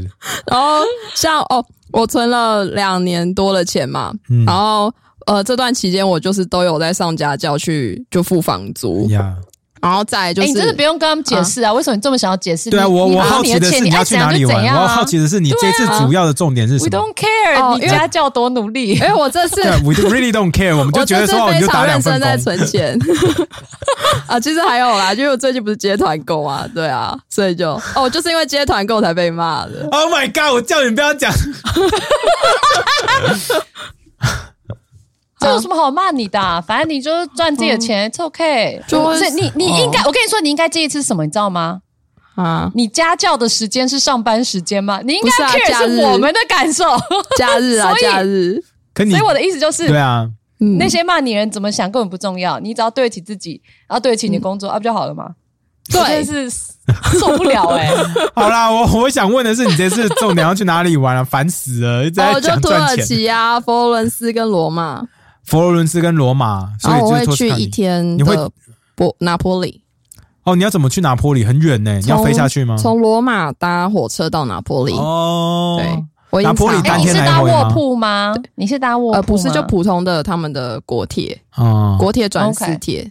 S3: 然后像哦，我存了两年多的钱嘛，
S2: 嗯
S3: 然后呃这段期间我就是都有在上家教去就付房租，
S2: 呀，
S3: 然后再来就
S1: 哎，
S3: 是
S1: 你真的不用跟他们解释啊！为什么你这么想要解释？
S2: 对啊，
S1: 你
S2: 我
S1: 你
S2: 我
S1: 拿
S2: 好
S1: 你
S2: 奇的
S1: 钱
S2: 是
S1: 你
S2: 要
S1: 爱
S2: 去
S1: 怎样
S2: 哪里
S1: 就怎
S2: 玩，
S1: 样
S2: 我
S1: 啊
S2: 好奇的是你这次主要的重点是什
S1: ，We
S2: 么？
S1: don't care，、
S3: 哦
S1: 你
S3: 因为
S1: 家教多努力
S3: 因。为哎我这次
S2: 对啊，We don't- really don't care，我们就
S3: 我
S2: 觉得
S3: 这次
S2: 说哦你
S3: 非
S2: 就打
S3: 常
S2: 两
S3: 认
S2: 份
S3: 真在
S2: 工，
S3: 存钱啊，其实还有啦，就是我最近不是接团购嘛，对啊，所以就哦，我就是因为接团购才被骂的。
S2: Oh my god！我叫你不要讲，
S1: 这有什么好骂你的啊、反正你就是赚自己的钱、i t s OK。
S3: 就是
S1: 所以你你
S2: 嗯
S1: 应该，我跟你说，你应该这一次是什么，你知道吗？
S3: 啊，
S1: 你家教的时间是上班时间吗？你应该
S3: 不是啊
S1: care
S3: 假日
S1: 是我们的感受。
S3: 假日 啊，
S1: 所以
S3: 假日，
S2: 可你
S1: 所以我的意思就是，
S2: 对啊，
S3: 嗯
S1: 那些骂你人怎么想根本不重要，你只要对得起自己，然后对得起你的工作，啊不就好了吗？
S3: 对
S1: 我真的是受不 了哎、
S2: 好啦，我我想问的是，你这次重点要去哪里玩啊？烦死了，一直
S3: 哦，
S2: 在
S3: 我就
S2: 讲
S3: 土
S2: 赚
S3: 耳
S2: 钱。
S3: 其啊、佛罗伦斯跟罗马，
S2: 佛罗伦斯跟罗马，所
S3: 然
S2: 以
S3: 后
S2: 就
S3: 哦我
S2: 是
S3: 会
S2: 托斯
S3: 去
S2: 卡尼
S3: 一天
S2: 你会
S3: 的波拿坡里。
S2: 哦，你要怎么去拿坡里？很远呢、你要
S3: 从
S2: 飞下去吗？
S3: 从罗马搭火车到拿坡里。
S2: 哦，
S3: 对，我已
S2: 拿
S3: 经
S2: 坡里
S3: 查
S2: 当
S1: 哎你
S2: 天
S1: 是
S2: 来
S1: 搭
S2: 回吗
S1: 卧铺吗？你是搭卧铺吗？
S3: 呃不是就普通的他们的国铁，
S2: 哦，
S3: 国铁转
S1: OK
S3: 私铁。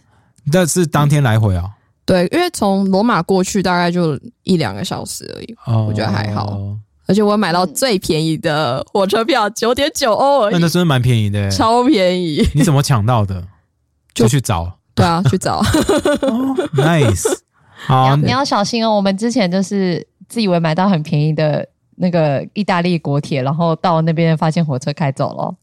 S2: 那是当天来回啊、
S3: 对，因为从罗马过去大概就一两个小时而已，
S2: 哦，
S3: 我觉得还好而且我买到最便宜的火车票，九点九欧而
S2: 那那
S3: 已，
S2: 真的蛮便宜的、欸。
S3: 超便宜。
S2: 你怎么抢到的？
S3: 就
S2: 就去找
S3: 对啊，去找
S2: 哦，nice。好，
S1: 你要小心哦！我们之前就是自以为买到很便宜的那个意大利国铁，然后到那边发现火车开走了。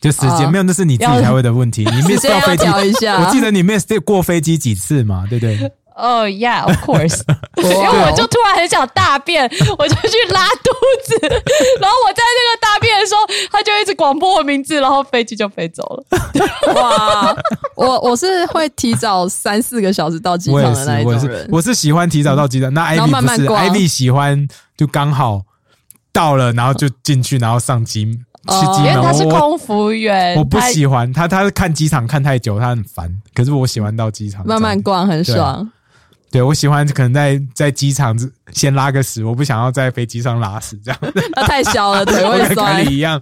S2: 就时间、
S3: 啊
S2: 没有， 那是你自己才会的问题。你
S3: 时
S2: miss
S3: 间
S2: 掉
S3: 要
S2: 飞机，
S3: 调一下。
S2: 我记得你 miss 掉过飞机几次嘛，对不对？
S1: Oh yeah, of course 。因为我就突然很想大便，我就去拉肚子，然后我在那个大便的时候，他就一直广播我名字，然后飞机就飞走了。
S3: 哇，我我是会提早三四个小时到机
S2: 我
S3: 场
S2: 也
S3: 的
S2: 是
S3: 那，一
S2: 我也
S3: 种
S2: 是
S3: 人，。
S2: 我是喜欢提早到机场。那
S3: 然后
S2: Ivy
S3: 慢慢
S2: 不是
S3: 逛
S2: ，Ivy 喜欢就刚好到了，然后就进去，然后上机
S3: 哦
S2: 吃
S1: 因
S2: 机
S1: 为他
S2: 门。
S1: 是
S2: 我我
S1: 空服员，
S2: 我不
S1: 他
S2: 喜欢他，他是看机场看太久，他很烦。可是我喜欢到机场
S3: 慢慢
S2: 这样
S3: 逛很爽，
S2: 对我喜欢可能在在机场先拉个屎，我不想要在飞机上拉屎这样。
S3: 那太小了，腿
S2: 啊我
S3: 会
S2: 跟凯
S3: 酸。
S2: 莉一样，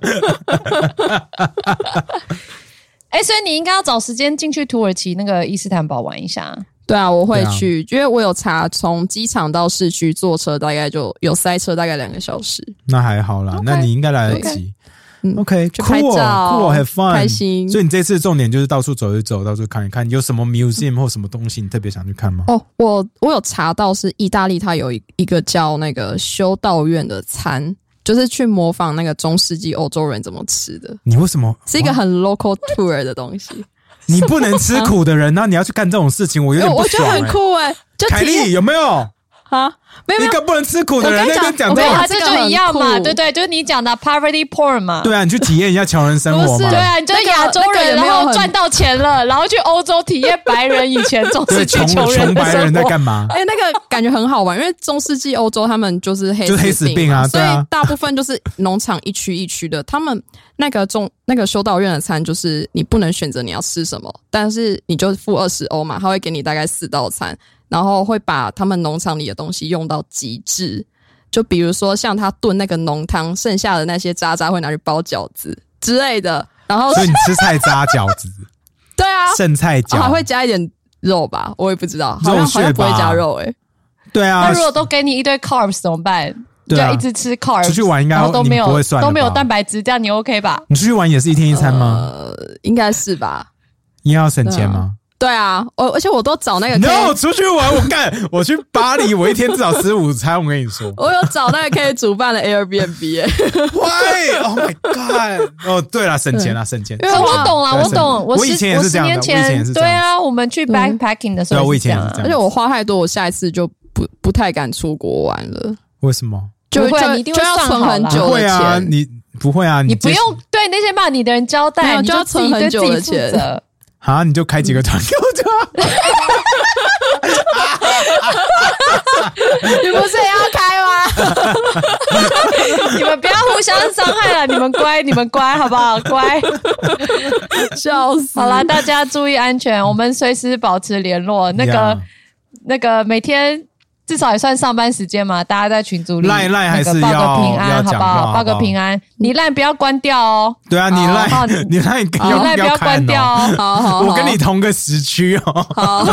S1: 哎、所以你应该要找时间进去土耳其那个伊斯坦堡玩一下。
S3: 对啊，我会
S2: 对啊
S3: 去，因为我有查，从机场到市区坐车大概就有塞车，大概两个小时。
S2: 那还好啦那你应该来得及。
S3: 嗯
S2: OK，
S3: 去拍
S2: cool，
S3: 照
S2: cool，have fun，
S3: 开心
S2: 所以你这次重点就是到处走一走，到处看一看，有什么 museum 或什么东西你特别想去看吗？
S3: 哦，我我有查到是意大利，它有一一个叫那个修道院的餐，就是去模仿那个中世纪欧洲人怎么吃的，
S2: 你为什么哦
S3: 是一个很 local tour 的东西。
S2: 你不能吃苦的人，那你要去干这种事情，我有点
S3: 我
S2: 不
S3: 我觉
S2: 爽、
S3: 得
S2: 欸。
S3: 很酷哎、就
S2: 凯
S3: 体
S2: 莉
S3: 验
S2: 有没有
S3: 啊，没有
S2: 一
S3: 没有，
S2: 个不能吃苦的人
S3: 我跟
S2: 在
S3: 你
S2: 那
S3: 讲
S2: 边讲哦这
S1: 对啊，这
S2: 种？
S3: 对我跟啊这个
S1: 就
S3: 很
S1: 一样嘛，
S3: 酷
S1: 对对，就是你讲的 poverty porn 嘛。
S2: 对啊，你去体验一下穷人生活
S3: 不
S2: 嘛
S3: 是。
S1: 对啊，你就是
S3: 那个
S1: 亚洲
S3: 那个
S1: 人，
S3: 也没有
S1: 然后
S3: 很
S1: 赚到钱了，然后去欧洲体验白人以前总
S2: 对
S1: 是去
S2: 穷
S1: 穷
S2: 穷
S1: 的
S2: 白
S1: 生
S2: 人在
S1: 活。
S2: 干嘛？
S3: 哎、那个感觉很好玩，因为中世纪欧洲他们就是黑
S2: 就是黑死病
S3: 嘛
S2: 啊
S3: 所
S2: 对啊
S3: 以大部分就是农场一区一区的。他们那个中那个修道院的餐，就是你不能选择你要吃什么，但是你就付二十欧嘛，他会给你大概四道餐，然后会把他们农场里的东西用到极致。就比如说像他炖那个浓汤，剩下的那些渣渣会拿去包饺子之类的。然后
S2: 所以你吃菜渣饺 子、
S3: 对啊，
S2: 剩菜
S3: 还
S2: 饺
S3: 会，加一点肉吧，我也不知道，好
S2: 肉
S3: 像好
S2: 屑
S3: 像不会
S2: 吧
S3: 加肉诶、
S2: 对啊
S1: 那如，果都给你一堆 carbs 怎么办？你
S2: 对
S1: 就
S2: 啊
S1: 一直吃 carbs，
S2: 出去玩应该
S1: 然后都没有
S2: 你不会算了吧
S1: 都没有蛋白质，这样你 OK 吧？
S2: 你出去玩也是一天一餐吗？
S3: 应该是吧。
S2: 一样要省钱吗
S3: 呃对啊，我而且我都找那个可以
S2: ？No，出去玩我干，我去巴黎，我一天至少吃午餐。我跟你说
S3: 我有找那个可以主办 的 Airbnb，、欸、
S2: ，Why？Oh my god！哦，对了，省钱啊，省钱。
S3: 因为
S1: 哦，我
S3: 我
S1: 懂啦，
S2: 对
S1: 我
S2: 是
S1: 懂。
S2: 我以
S1: 十
S2: 前也
S1: 我
S2: 是
S1: 十
S2: 这样的
S1: 年
S2: 我以前也是这
S1: 对
S2: 样
S1: 啊，我们去 backpacking 的时候
S2: 对啊我以
S1: 这
S2: 前
S1: 样
S2: 也是
S1: 啊
S2: 这样。
S3: 而且我花太多，我下一次就不不太敢出国玩了，啊
S2: 为什么？
S3: 就
S1: 不会
S3: 就
S1: 你一定会
S3: 就要
S1: 算
S3: 存很
S1: 好啦
S3: 久
S2: 不
S3: 的
S2: 会
S3: 钱。
S2: 啊，你不会啊，
S1: 你不
S2: 这
S1: 用对那些骂你的人交
S3: 没
S1: 代，
S3: 有
S1: 你
S3: 就要
S1: 自己
S3: 存很
S1: 对
S3: 久
S1: 自己
S3: 的
S1: 负
S3: 钱
S1: 责。
S2: 啊，你就开几 个团给我就好。
S3: 你不是也要开吗？
S1: 你们不要互相伤害了，你们乖，你们乖，好不好？乖，
S3: 笑死！
S1: 好啦，大家注意安全，我们随时保持联络。那个
S2: Yeah
S1: 那个，每天至少也算上班时间嘛，大家在群组里
S2: 赖赖还是
S1: 那个报
S2: 要
S1: 个平
S2: 要
S1: 安，好
S2: 讲
S1: 不
S2: 话
S1: 好？报个
S2: 好不好
S1: 平安，你赖不要关掉哦，
S2: 对啊，你
S1: 好
S2: 赖
S1: 好
S2: 你赖
S1: 你哦
S2: 要
S1: 赖不要关
S2: 看哦
S1: 掉哦，
S3: 好好好，
S2: 我跟你同个时区哦。
S3: 好，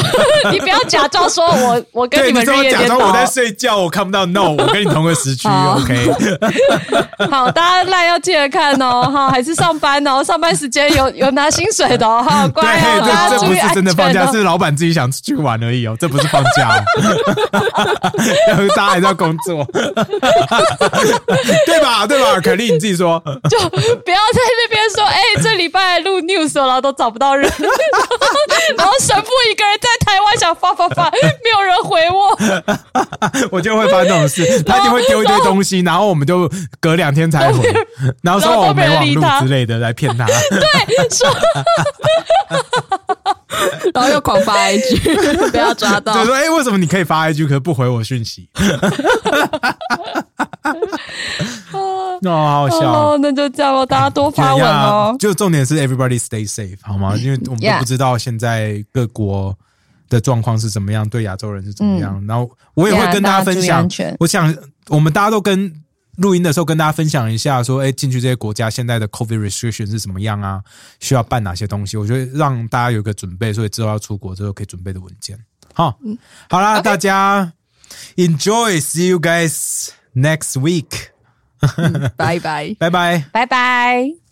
S1: 你不要假装说我我跟
S2: 对，
S1: 们日
S2: 你说
S1: 夜
S2: 假
S1: 颠
S2: 装
S1: 倒
S2: 我在
S1: 哦。
S2: 睡觉，我看不到。No，我跟你同个时区
S3: 好
S2: ，OK。
S1: 好，大家赖要记得看哦，哈，还是上班哦，上班时间有 有拿薪水的哦，哈，乖哦，大
S2: 对，
S1: 家
S2: 这这
S1: 注
S2: 不
S1: 意安
S2: 是真
S1: 全
S2: 的放假，
S1: 哦。
S2: 是老板自己想出去玩而已哦，这不是放假 哦，大家还是要工作， 对吧？对吧？凯莉，你自己说，
S1: 就不要在那边说，哎、这礼拜录 news 哦了，然后都找不 到人，然后神父一个人在台湾想发发发，没有人回我，
S2: 我就会发生这种事，他一定会丢一堆东西，然后我们就隔两天才回，然后说我哦没网路之类的来 骗他，
S1: 说
S3: 然后又狂发 IG，不要抓到
S2: 就。说哎、为什么你可以发 IG 可是不回我讯息？ 那、好好笑哦。
S1: 哦，那就这样哦，大家多发
S2: 对
S1: 文
S2: 哎呀
S1: 哦。
S2: 就重点是 everybody stay safe 好吗？因为我们都
S1: Yeah
S2: 不知道现在各国的状况是怎么样，对亚洲人是怎么样。
S1: 嗯
S2: 然后我也会
S1: Yeah，
S2: 跟
S1: 大家
S2: 大家分
S1: 注意
S2: 享
S1: 安全，
S2: 我想我们大家都跟。录音的时候跟大家分享一下说哎，进去这些国家现在的 COVID restriction 是什么样啊？需要办哪些东西？我觉得让大家有一个准备，所以之后要出国之后可以准备的文件。好，
S1: 嗯
S2: 好啦大家 enjoy see you guys next week，
S3: 拜拜。
S2: 拜拜。
S1: 拜拜。